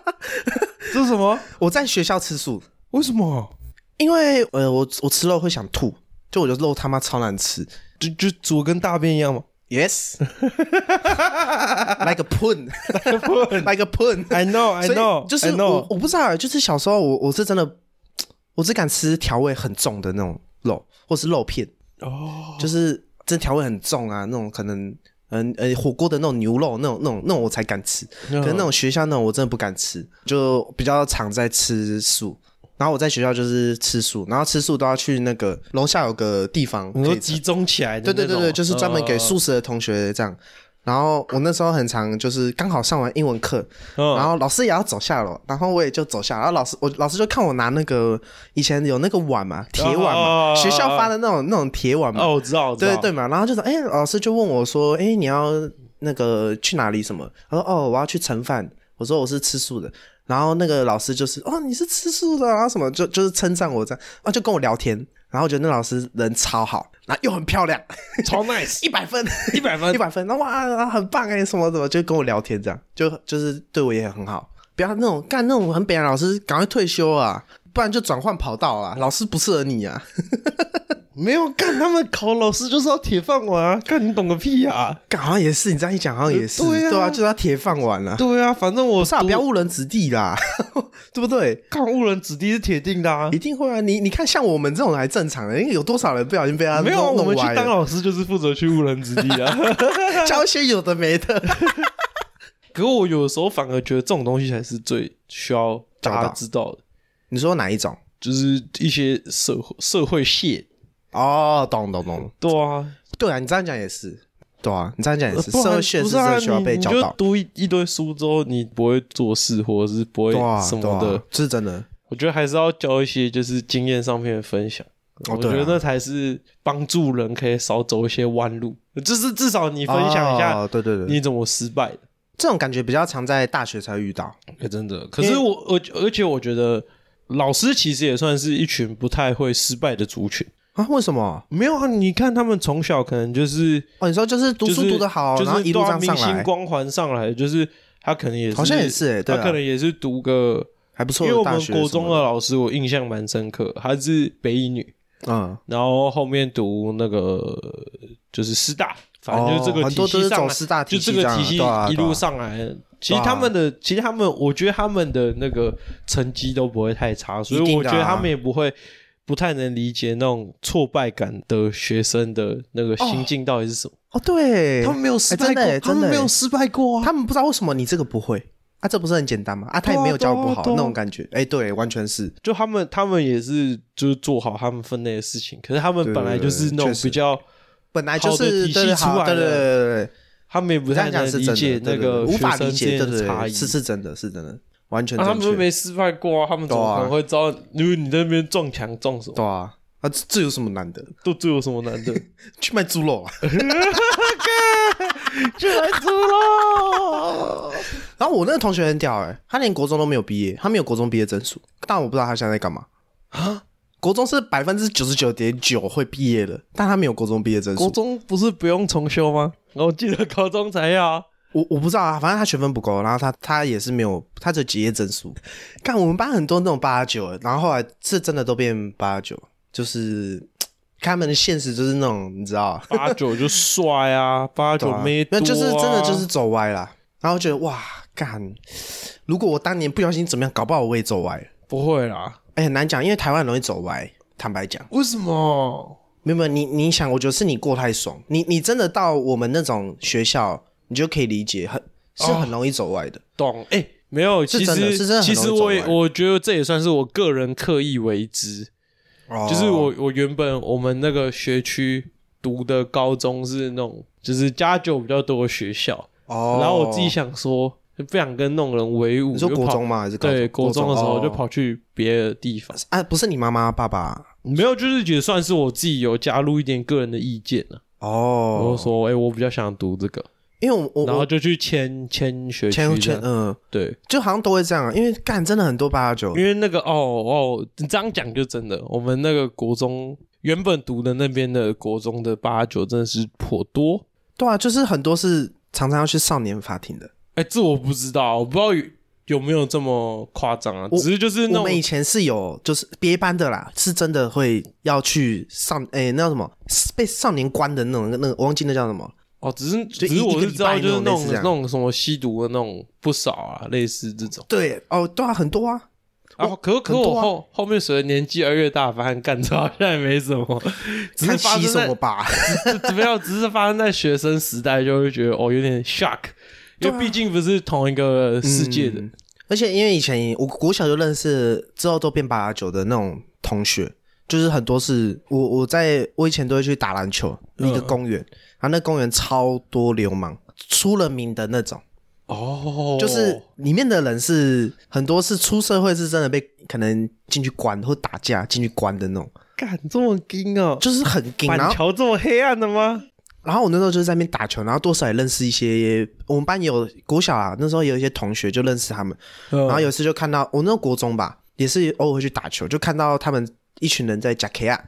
Speaker 2: 这是什么？
Speaker 1: 我在学校吃素，
Speaker 2: 为什么？
Speaker 1: 因为呃我我吃肉会想吐，就我的肉他妈超难吃
Speaker 2: 就就煮跟大便一样吗
Speaker 1: ，Yes，like a pun，like a pun。
Speaker 2: ？I know, I
Speaker 1: 所以
Speaker 2: know，
Speaker 1: 就是
Speaker 2: I
Speaker 1: 我
Speaker 2: know。
Speaker 1: 我不知道欸，就是小时候我我是真的，我只敢吃调味很重的那种肉，或是肉片。
Speaker 2: 哦，
Speaker 1: 就是这调味很重啊，那种可能，嗯呃火锅的那种牛肉那种那种那种我才敢吃，
Speaker 2: 嗯
Speaker 1: 可是那种学校那种我真的不敢吃，就比较常在吃素。然后我在学校就是吃素，然后吃素都要去那个楼下有个地方可
Speaker 2: 你说
Speaker 1: 以
Speaker 2: 集中起来的
Speaker 1: 对
Speaker 2: 那种，
Speaker 1: 对对对，就是专门给
Speaker 2: 呃
Speaker 1: 素食的同学这样。然后我那时候很常就是刚好上完英文课，
Speaker 2: 嗯
Speaker 1: 然后老师也要走下楼，然后我也就走下，然后老师我老师就看我拿那个以前有那个碗嘛，铁碗嘛，
Speaker 2: 哦
Speaker 1: 学校发的那种那种铁碗嘛，
Speaker 2: 哦，我知道，我知
Speaker 1: 对
Speaker 2: 道，
Speaker 1: 对嘛，然后就说，哎、老师就问我说，哎、你要那个去哪里什么？他说，哦，我要去盛饭。我说我是吃素的，然后那个老师就是，哦，你是吃素的啊，然后什么就就是称赞我这样，啊，就跟我聊天，然后我觉得那老师人超好，然后又很漂亮，
Speaker 2: 超 nice，
Speaker 1: 一百分，
Speaker 2: 一百分
Speaker 1: 一，百分，然后哇，然后很棒哎、什么什么，就跟我聊天这样，就就是对我也很好，不要那种干那种很北的老师，赶快退休啊，不然就转换跑道啊，老师不适合你啊。
Speaker 2: 没有干，他们考老师就是要铁饭碗啊！干你懂个屁呀、啊！
Speaker 1: 干好像也是，你这样一讲好像也是，
Speaker 2: 呃对啊
Speaker 1: 对啊，就是要铁饭碗了。
Speaker 2: 对啊，反正我
Speaker 1: 不是啊，
Speaker 2: 读
Speaker 1: 不要误人子弟啦， 对不对？
Speaker 2: 干误人子弟是铁定的啊
Speaker 1: 一！定会啊！ 你你看，像我们这种还正常的，因为有多少人不小心被他
Speaker 2: 没有啊，
Speaker 1: 弄
Speaker 2: 我们
Speaker 1: 弄
Speaker 2: 去
Speaker 1: 歪
Speaker 2: 当
Speaker 1: 了，
Speaker 2: 老师就是负责去误人子弟啊。
Speaker 1: 教一些有的没的。
Speaker 2: 可我有时候反而觉得这种东西才是最需要大
Speaker 1: 教
Speaker 2: 家
Speaker 1: 导
Speaker 2: 知道的，
Speaker 1: 你说哪一种？
Speaker 2: 就是一些社会社会线。
Speaker 1: 哦，懂懂懂。
Speaker 2: 对啊，
Speaker 1: 对啊，你这样讲也是。对啊，你这样讲也是，
Speaker 2: 不然
Speaker 1: 社会现
Speaker 2: 不
Speaker 1: 实
Speaker 2: 是
Speaker 1: 真
Speaker 2: 啊，
Speaker 1: 的
Speaker 2: 你
Speaker 1: 需要被
Speaker 2: 你
Speaker 1: 教
Speaker 2: 就
Speaker 1: 导。
Speaker 2: 读一一堆书之后，你不会做事或者是不会
Speaker 1: 对啊，
Speaker 2: 什
Speaker 1: 对
Speaker 2: 么的
Speaker 1: 啊，，这是真的。
Speaker 2: 我觉得还是要教一些就是经验上面的分享。
Speaker 1: 哦
Speaker 2: 我
Speaker 1: 对
Speaker 2: 觉
Speaker 1: 啊
Speaker 2: 得那才是帮助人可以少走一些弯路，就是至少你分享一下
Speaker 1: 哦对对对，
Speaker 2: 你怎么失败的。
Speaker 1: 这种感觉比较常在大学才会遇到。
Speaker 2: 可真的，可是我我而且我觉得老师其实也算是一群不太会失败的族群。
Speaker 1: 啊？为什么？
Speaker 2: 没有啊，你看他们从小可能就是
Speaker 1: 哦，你说就是读
Speaker 2: 就
Speaker 1: 书
Speaker 2: 是
Speaker 1: 读得好，
Speaker 2: 就
Speaker 1: 然后
Speaker 2: 是
Speaker 1: 一路
Speaker 2: 对
Speaker 1: 这
Speaker 2: 啊
Speaker 1: 样上
Speaker 2: 明星
Speaker 1: 来，
Speaker 2: 光环上来，就是他可能也是
Speaker 1: 好像也是欸对啊
Speaker 2: 他可能也是读个。
Speaker 1: 还不错
Speaker 2: 因为
Speaker 1: 的
Speaker 2: 我
Speaker 1: 大
Speaker 2: 们
Speaker 1: 学什么。
Speaker 2: 国中啊的老师，我印象蛮深刻，她是北一女，
Speaker 1: 嗯，
Speaker 2: 然后后面读那个就是师大，反正就是这
Speaker 1: 哦
Speaker 2: 个
Speaker 1: 很多
Speaker 2: 体
Speaker 1: 都
Speaker 2: 系
Speaker 1: 是
Speaker 2: 上
Speaker 1: 走
Speaker 2: 来，
Speaker 1: 师大
Speaker 2: 就
Speaker 1: 体
Speaker 2: 这
Speaker 1: 系
Speaker 2: 个
Speaker 1: 样
Speaker 2: 体系
Speaker 1: 对啊
Speaker 2: 一
Speaker 1: 对
Speaker 2: 路
Speaker 1: 啊
Speaker 2: 上来。其实他们的，其实他们，我觉得他们的那个成绩都不会太差，所
Speaker 1: 一
Speaker 2: 以
Speaker 1: 定
Speaker 2: 我
Speaker 1: 的
Speaker 2: 觉
Speaker 1: 啊
Speaker 2: 得他们也不会不太能理解那种挫败感的学生的那个心境到底是什么。
Speaker 1: 哦，对，
Speaker 2: 他们没有失
Speaker 1: 哎
Speaker 2: 败
Speaker 1: 真的
Speaker 2: 过，
Speaker 1: 耶
Speaker 2: 他
Speaker 1: 真的
Speaker 2: 们
Speaker 1: 耶
Speaker 2: 没有失败过啊。
Speaker 1: 他们不知道为什么你这个不会啊，这不是很简单吗？啊，他也没有教不
Speaker 2: 对啊
Speaker 1: 好
Speaker 2: 对啊
Speaker 1: 那种感觉。哎，对，完全是。
Speaker 2: 就他们，他们也是就是做好他们分内的事情，可是他们
Speaker 1: 对对
Speaker 2: 本来就是那种
Speaker 1: 确实
Speaker 2: 比较，
Speaker 1: 本来就
Speaker 2: 好的
Speaker 1: 是
Speaker 2: 体系
Speaker 1: 对对
Speaker 2: 出
Speaker 1: 好
Speaker 2: 来
Speaker 1: 对对对
Speaker 2: 了
Speaker 1: 对对，
Speaker 2: 他们也不
Speaker 1: 这
Speaker 2: 太
Speaker 1: 样
Speaker 2: 能
Speaker 1: 讲是
Speaker 2: 理
Speaker 1: 真的对
Speaker 2: 解
Speaker 1: 对
Speaker 2: 那个
Speaker 1: 对无法
Speaker 2: 学生
Speaker 1: 理解，
Speaker 2: 之
Speaker 1: 对
Speaker 2: 间
Speaker 1: 对
Speaker 2: 的差
Speaker 1: 对，
Speaker 2: 异
Speaker 1: 是是真的，是真的，完全
Speaker 2: 啊、他
Speaker 1: 正
Speaker 2: 们又
Speaker 1: 确。
Speaker 2: 没失败过啊，他们怎么可能会知道？因为你在那边撞墙撞什么，
Speaker 1: 对啊，啊，这这有什么难的？
Speaker 2: 都这有什么难的？
Speaker 1: 去卖猪 肉啊！
Speaker 2: 就来猪喽！
Speaker 1: 然后我那个同学很屌哎、他连国中都没有毕业，他没有国中毕业证书，但我不知道他现在在干嘛啊。国中是百分之九十九点九会毕业的，但他没 有国中毕业证
Speaker 2: 国
Speaker 1: 书。
Speaker 2: 中不是不用重修吗？我记得高中才要啊。
Speaker 1: 我我不知道啊，反正他学分不够，然后他他也是没有，他只有结业证书。看我们班很多那种八加九的，然后后来是真的都变八加九，就是看他们的现实就是那种你知道啊，
Speaker 2: 八九就帅 啊，八
Speaker 1: 对
Speaker 2: 九
Speaker 1: 啊
Speaker 2: 没多、
Speaker 1: 那
Speaker 2: 啊，
Speaker 1: 就是真的就是走歪啦。然后觉得哇干，如果我当年不小心怎么样，搞不好我也走歪了。
Speaker 2: 不会啦。
Speaker 1: 哎、很难讲，因为台湾很容易走歪。坦白讲，
Speaker 2: 为什么？
Speaker 1: 没有没有，你你想，我觉得是你过太爽，你你真的到我们那种学校，你就可以理解，很是
Speaker 2: 哦
Speaker 1: 很容易走歪的。
Speaker 2: 懂哎、没有，
Speaker 1: 是
Speaker 2: 其
Speaker 1: 真的是
Speaker 2: 实
Speaker 1: 真的很
Speaker 2: 其
Speaker 1: 容易
Speaker 2: 实
Speaker 1: 走
Speaker 2: 我也
Speaker 1: 歪
Speaker 2: 我觉得这也算是我个人刻意为之，
Speaker 1: 哦
Speaker 2: 就是我我原本我们那个学区读的高中是那种就是家酒比较多的学校，
Speaker 1: 哦，
Speaker 2: 然后我自己想说，就不想跟那种人为伍，
Speaker 1: 你说
Speaker 2: 就
Speaker 1: 国
Speaker 2: 跑
Speaker 1: 中吗还是高中
Speaker 2: 对，国中的时候
Speaker 1: 国中哦
Speaker 2: 就跑去别的地方，
Speaker 1: 啊，不是你妈妈爸爸
Speaker 2: 没有，就是也算是我自己有加入一点个人的意见了、啊。我
Speaker 1: 哦
Speaker 2: 就，说，哎、我比较想读这个，
Speaker 1: 因为我我
Speaker 2: 然后
Speaker 1: 我
Speaker 2: 就去签签学区
Speaker 1: 前
Speaker 2: 这
Speaker 1: 前
Speaker 2: 样，
Speaker 1: 嗯，
Speaker 2: 对，
Speaker 1: 就好像都会这样，啊因为干真的很多八加九
Speaker 2: 因，为那个哦哦，你这样讲就真的，我们那个国中原本读的那边的国中的八九真的是颇多，
Speaker 1: 对啊，就是很多是常常要去少年法庭的。
Speaker 2: 哎、这我不知道，我不知道有有没有这么夸张啊，
Speaker 1: 我
Speaker 2: 只是就是那
Speaker 1: 我
Speaker 2: 种
Speaker 1: 们以前是有，就是别班的啦，是真的会要去上，哎、那叫什么，被少年关的那种，那个我忘记那叫什么。
Speaker 2: 哦，只是
Speaker 1: 就
Speaker 2: 只
Speaker 1: 一
Speaker 2: 是
Speaker 1: 一
Speaker 2: 我
Speaker 1: 个
Speaker 2: 是
Speaker 1: 礼
Speaker 2: 知道，
Speaker 1: 拜
Speaker 2: 就是
Speaker 1: 那
Speaker 2: 那
Speaker 1: 种类
Speaker 2: 种
Speaker 1: 似这
Speaker 2: 那
Speaker 1: 样哦
Speaker 2: 种什么吸毒的那种不少啊，类似这种。
Speaker 1: 对，哦，对啊，很多啊，
Speaker 2: 然后，可可
Speaker 1: 很多
Speaker 2: 我
Speaker 1: 啊
Speaker 2: 后后面随着年纪而越大，发现干这好像也没什 么，只是
Speaker 1: 看
Speaker 2: 发
Speaker 1: 吸
Speaker 2: 生
Speaker 1: 什
Speaker 2: 在
Speaker 1: 么吧？
Speaker 2: 只没有，只是发生在学生时代就会觉得哦有点 shock，因
Speaker 1: 啊
Speaker 2: 为毕竟不是同一个世界
Speaker 1: 嗯
Speaker 2: 的。
Speaker 1: 而且因为以前我国小就认识，之后都变八加九的那种同学，就是很多是我我在我以前都会去打篮球，一
Speaker 2: 嗯
Speaker 1: 个公园，然后那公园超多流氓，出了名的那种。
Speaker 2: 哦，
Speaker 1: 就是里面的人是很多是出社会是真的被可能进去关或打架进去关的那种，
Speaker 2: 干这么硬哦，
Speaker 1: 就是很硬。然
Speaker 2: 板
Speaker 1: 后
Speaker 2: 桥这么黑暗的吗？
Speaker 1: 然后我那时候就是在那边打球，然后多少也认识一些我们班有国小啊，那时候有一些同学就认识他们。
Speaker 2: 然
Speaker 1: 然后有一次就看到我那时候国中吧，也是偶尔会去打球，就看到他们一群人在夹 K 啊，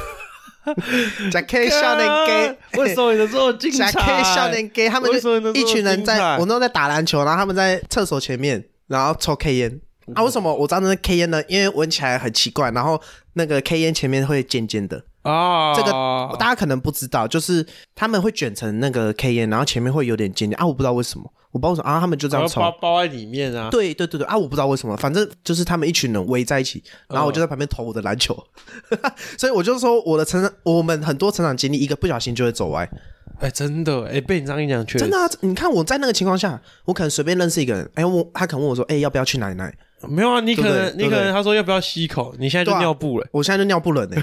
Speaker 1: 夹 K 少年 K。
Speaker 2: 啊为什么你的这么精
Speaker 1: 假 K
Speaker 2: 彩？
Speaker 1: 少年 gay，他们
Speaker 2: 为什么
Speaker 1: 就
Speaker 2: 你能这
Speaker 1: 一
Speaker 2: 么
Speaker 1: 群人
Speaker 2: 精
Speaker 1: 在，
Speaker 2: 彩
Speaker 1: 我那时候在打篮球，然后他们在厕所前面，然后抽 K
Speaker 2: 嗯
Speaker 1: 烟。啊，为什么我知道那是 K 烟呢？因为闻起来很奇怪，然后那个 K 烟前面会尖尖的，
Speaker 2: 啊，
Speaker 1: 这个大家可能不知道，就是他们会卷成那个 K 烟，然后前面会有点尖尖啊，我不知道为什么，我不知道为什么啊，他们就这
Speaker 2: 然
Speaker 1: 样
Speaker 2: 后
Speaker 1: 抽。
Speaker 2: 包包在里面啊，
Speaker 1: 对对对对啊，我不知道为什么，反正就是他们一群人围在一起，
Speaker 2: 哦
Speaker 1: 然后我就在旁边投我的篮球， 所以我就说我的成长，我们很多成长经历一个不小心就会走歪，
Speaker 2: 哎，真的，哎，被你这样一讲，确实
Speaker 1: 真的啊！你看我在那个情况下，我可能随便认识一个人，哎，我他可能问我说，哎，要不要去哪里哪里？
Speaker 2: 没有啊，你可
Speaker 1: 对
Speaker 2: 能
Speaker 1: 不对
Speaker 2: 你
Speaker 1: 对
Speaker 2: 可
Speaker 1: 不
Speaker 2: 能
Speaker 1: 对
Speaker 2: 他说要不要吸一口，你现在
Speaker 1: 对
Speaker 2: 就
Speaker 1: 啊
Speaker 2: 尿布了，
Speaker 1: 我现在就尿布 了呢、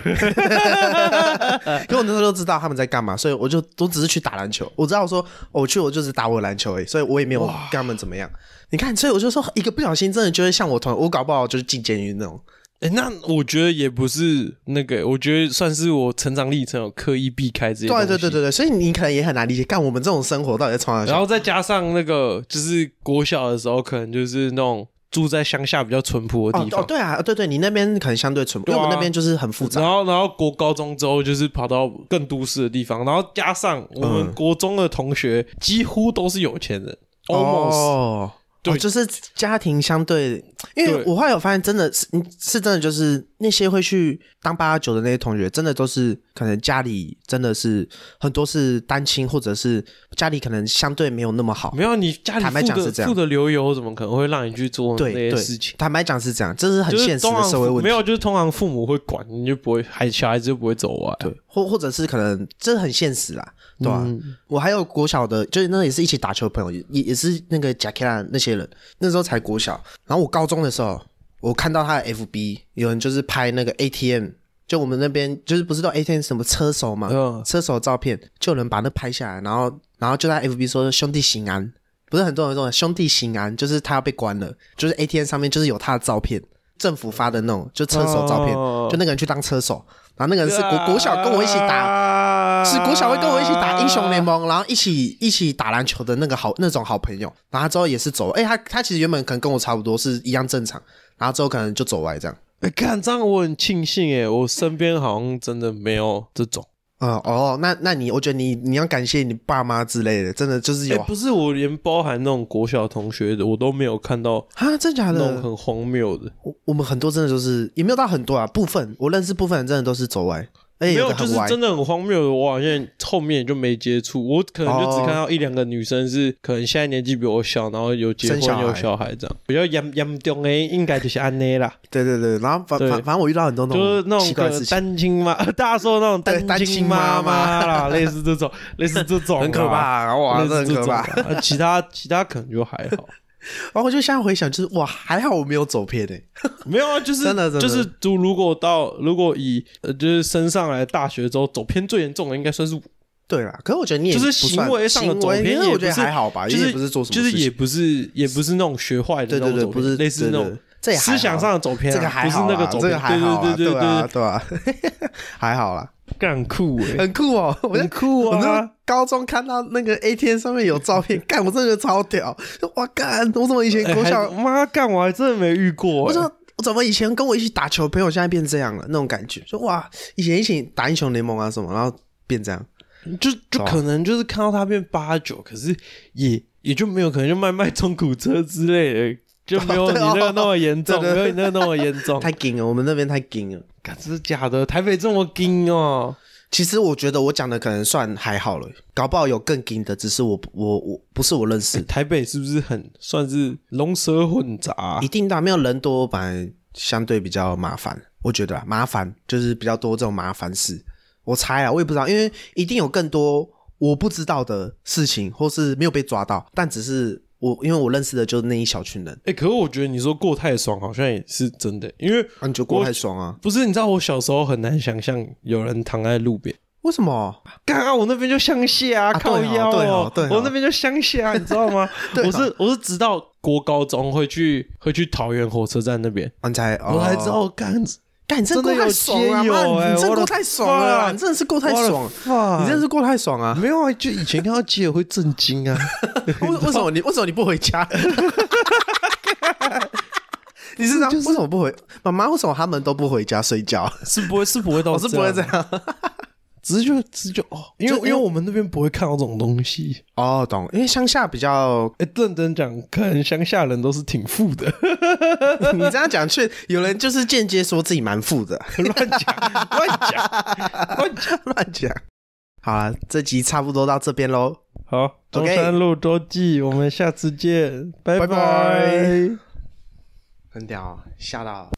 Speaker 1: 因为我那时候就知道他们在干嘛，所以我就都只是去打篮球。我知道我说、哦我去我就只打我篮球而已，所以我也没有跟他们怎么样。你看，所以我就说一个不小心真的就会像我同我搞不好就是进监狱那种。
Speaker 2: 哎，那我觉得也不是那个，我觉得算是我成长历程有刻意避开这些东
Speaker 1: 对
Speaker 2: 西，
Speaker 1: 对对对对，所以你可能也很难理解，干我们这种生活到底在创造
Speaker 2: 然
Speaker 1: 什
Speaker 2: 后再加上那个，就是国小的时候，可能就是那种住在乡下比较淳朴的
Speaker 1: 哦
Speaker 2: 地
Speaker 1: 哦
Speaker 2: 方，
Speaker 1: 对啊，对对，你那边可能相对淳朴，因为我
Speaker 2: 对啊
Speaker 1: 们那边就是很复杂
Speaker 2: 然。后然后国高中之后就是跑到更都市的地方，然后加上我们
Speaker 1: 嗯
Speaker 2: 国中的同学几乎都是有钱人，almost，
Speaker 1: 哦，
Speaker 2: 对
Speaker 1: 哦就是家庭相对，因为
Speaker 2: 对
Speaker 1: 我后来有发现，真的是嗯是真的，就是那些会去当八九的那些同学，真的都是可能家里真的是很多是单亲，或者是家里可能相对没有那么好。
Speaker 2: 没有你家里
Speaker 1: 坦白
Speaker 2: 富
Speaker 1: 讲
Speaker 2: 的
Speaker 1: 是这样
Speaker 2: 富的流油，怎么可能会让你去做那
Speaker 1: 对
Speaker 2: 些
Speaker 1: 对
Speaker 2: 事情，？
Speaker 1: 坦白讲是这样，这是很
Speaker 2: 就是
Speaker 1: 现实
Speaker 2: 通
Speaker 1: 的
Speaker 2: 常
Speaker 1: 社会
Speaker 2: 父
Speaker 1: 问
Speaker 2: 没
Speaker 1: 题。
Speaker 2: 有，就是通常父母会管，你就不会，孩小孩子就不会走歪。
Speaker 1: 对，或或者是可能这很现实啦，对啊吧、
Speaker 2: 嗯
Speaker 1: 我还有国小的，就是那也是一起打球的朋友，也也是那个贾克拉那些人，那时候才国小。然后我高中的时候，我看到他的 FB 有人就是拍那个 ATM，就我们那边就是不是都 ATM 什么车手嘛，
Speaker 2: 嗯
Speaker 1: 车手的照片，就有人把那拍下来，然后然后就在 FB 说兄弟行安，不是很多人说兄弟行安，就是他要被关了，就是 ATM 上面就是有他的照片。政府发的那种，就车手照片
Speaker 2: 哦
Speaker 1: 就那个人去当车手，然后那个人是国国小跟我一起打，
Speaker 2: 打
Speaker 1: 是国小会跟我一起打英雄联盟，然后一起一起打篮球的那个好那种好朋友，然后他之后也是走，哎、他他其实原本可能跟我差不多是一样正常，然后之后可能就走歪这样。
Speaker 2: 哎，看这样我很庆幸哎，我身边好像真的没有这种。
Speaker 1: 嗯哦，那那你我觉得你你要感谢你爸妈之类的，真的就是
Speaker 2: 哎、
Speaker 1: 有啊
Speaker 2: 不是，我连包含那种国小同学的，我都没有看到
Speaker 1: 啊，真假
Speaker 2: 那种
Speaker 1: 的？
Speaker 2: 很荒谬的。
Speaker 1: 我我们很多真的就是也没有到很多啊，部分我认识部分人真的都是走歪，而且
Speaker 2: 没有，
Speaker 1: 的
Speaker 2: 就是
Speaker 1: 很歪。
Speaker 2: 真的哎很荒谬的。我好像后面就没接触，我可能就只
Speaker 1: 哦
Speaker 2: 看到一两个女生是可能现在年纪比我小，然后有结婚
Speaker 1: 生小孩
Speaker 2: 有小孩这样，比较严严重的应该就是安内啦，
Speaker 1: 对对对，然后反
Speaker 2: 对
Speaker 1: 反反正我遇到很多那
Speaker 2: 就是那
Speaker 1: 种
Speaker 2: 种
Speaker 1: 奇怪
Speaker 2: 可
Speaker 1: 的事
Speaker 2: 能
Speaker 1: 情，
Speaker 2: 单亲妈，大家说那种
Speaker 1: 对单
Speaker 2: 亲
Speaker 1: 亲妈
Speaker 2: 妈啦，类似这种，类似这 种啊，
Speaker 1: 很可怕啊，哇，
Speaker 2: 类
Speaker 1: 真的
Speaker 2: 似
Speaker 1: 很
Speaker 2: 这
Speaker 1: 可
Speaker 2: 种
Speaker 1: 怕
Speaker 2: 啊。。呃其他其他可能就还好。
Speaker 1: 然后我就现在回想，就是哇，还好我没有走偏诶、
Speaker 2: 没有啊，就是
Speaker 1: 真的真的
Speaker 2: 就是如如果到如果以呃就是升上来大学之后走偏最严重的应该算是我，
Speaker 1: 对啦，可是我觉得你也
Speaker 2: 就是
Speaker 1: 不
Speaker 2: 行
Speaker 1: 算
Speaker 2: 为上的
Speaker 1: 行
Speaker 2: 走
Speaker 1: 为
Speaker 2: 偏，
Speaker 1: 因为
Speaker 2: 也
Speaker 1: 我
Speaker 2: 不
Speaker 1: 觉得
Speaker 2: 是
Speaker 1: 还好吧，
Speaker 2: 就
Speaker 1: 因为
Speaker 2: 是
Speaker 1: 不是做什么
Speaker 2: 就是
Speaker 1: 事情，
Speaker 2: 也不是也不是那种学坏的
Speaker 1: 对
Speaker 2: 那
Speaker 1: 对
Speaker 2: 种
Speaker 1: 对，
Speaker 2: 走偏，
Speaker 1: 不是
Speaker 2: 类似那
Speaker 1: 对
Speaker 2: 种
Speaker 1: 对这也还
Speaker 2: 思想
Speaker 1: 好啊
Speaker 2: 上的走偏啊，
Speaker 1: 这个还好啦
Speaker 2: 不是那个走
Speaker 1: 这
Speaker 2: 偏，
Speaker 1: 个还好啦
Speaker 2: 对对对
Speaker 1: 对啊
Speaker 2: 对
Speaker 1: 对啊，还好啦，
Speaker 2: 对，干酷哎，
Speaker 1: 很酷哦，我
Speaker 2: 很酷
Speaker 1: 我那时
Speaker 2: 啊
Speaker 1: 候！高中看到那个 ATM 上面有照 片，干我真的觉得超屌！哇干，我怎么以前
Speaker 2: 哎
Speaker 1: 国小
Speaker 2: 还，妈干，我还真的没遇过
Speaker 1: 我
Speaker 2: 哎，
Speaker 1: 说我怎么以前跟我一起打球的朋友现在变这样了，那种感觉，说哇，以前一起打英雄联盟啊什么，然后变这样，
Speaker 2: 就就可能就是看到他变八九，可是也也就没有可能就卖卖中古车之类的。就没有
Speaker 1: 哦
Speaker 2: 你
Speaker 1: 对哦
Speaker 2: 那个那么严重，
Speaker 1: 对对
Speaker 2: 没有你那个那么严重。
Speaker 1: 太硬了，我们那边太硬了。
Speaker 2: 干，这是假的？台北这么硬哦、
Speaker 1: 其实我觉得我讲的可能算还好了，搞不好有更硬的，只是我不我我不是我认识的，
Speaker 2: 台北是不是很算是龙蛇混杂、
Speaker 1: 一定的啊、没有人多，本来相对比较麻烦，我觉得啊，麻烦就是比较多这种麻烦事。我猜啊，我也不知道，因为一定有更多我不知道的事情，或是没有被抓到，但只是我因为我认识的就是那一小群人，
Speaker 2: 哎、可是我觉得你说过太爽好像也是真的，因为
Speaker 1: 啊，你就过太爽啊？
Speaker 2: 不是你知道我小时候很难想象有人躺在路边。
Speaker 1: 为什么？
Speaker 2: 干啊！我那边就乡下、
Speaker 1: 啊
Speaker 2: 靠腰
Speaker 1: 对
Speaker 2: 哦
Speaker 1: 哦、对哦对哦
Speaker 2: 我那边就乡下、 你知道吗？
Speaker 1: 对哦
Speaker 2: 我是我是直到国高中会去会去桃园火车站那边，
Speaker 1: 啊你才
Speaker 2: 我
Speaker 1: 我
Speaker 2: 才知，道干
Speaker 1: 干你真的
Speaker 2: 真
Speaker 1: 过
Speaker 2: 的有
Speaker 1: 太爽了、啊，
Speaker 2: 街友
Speaker 1: 妈
Speaker 2: 哎
Speaker 1: 你真的
Speaker 2: 我的
Speaker 1: 过太爽了啊，
Speaker 2: fuck
Speaker 1: 你真的是过太爽，
Speaker 2: 哇！
Speaker 1: 你真的
Speaker 2: 是
Speaker 1: 是过太爽啊！
Speaker 2: 没有啊？就以前看到街友会震 惊啊！
Speaker 1: 为为什么你为什么你不回 家？你是这样
Speaker 2: 就是
Speaker 1: 为什么不回？妈妈为什么他们都不回家睡觉？
Speaker 2: 哦是不会是不会到
Speaker 1: 哦我是不会这样，
Speaker 2: 只是就只是就哦，因为
Speaker 1: 就
Speaker 2: 因为我们那边不会看到这种东西。
Speaker 1: 哦，懂，因为乡下比较，
Speaker 2: 哎，认真讲，可能乡下人都是挺富的，
Speaker 1: 你 这样讲却有人就是间接说自己蛮富的，
Speaker 2: 乱讲乱讲。
Speaker 1: 乱讲乱讲。好了，这集差不多到这边喽。
Speaker 2: 好，中
Speaker 1: OK
Speaker 2: 山路周记，我们下次见，拜
Speaker 1: 拜
Speaker 2: 拜
Speaker 1: 拜很屌、哦，吓到。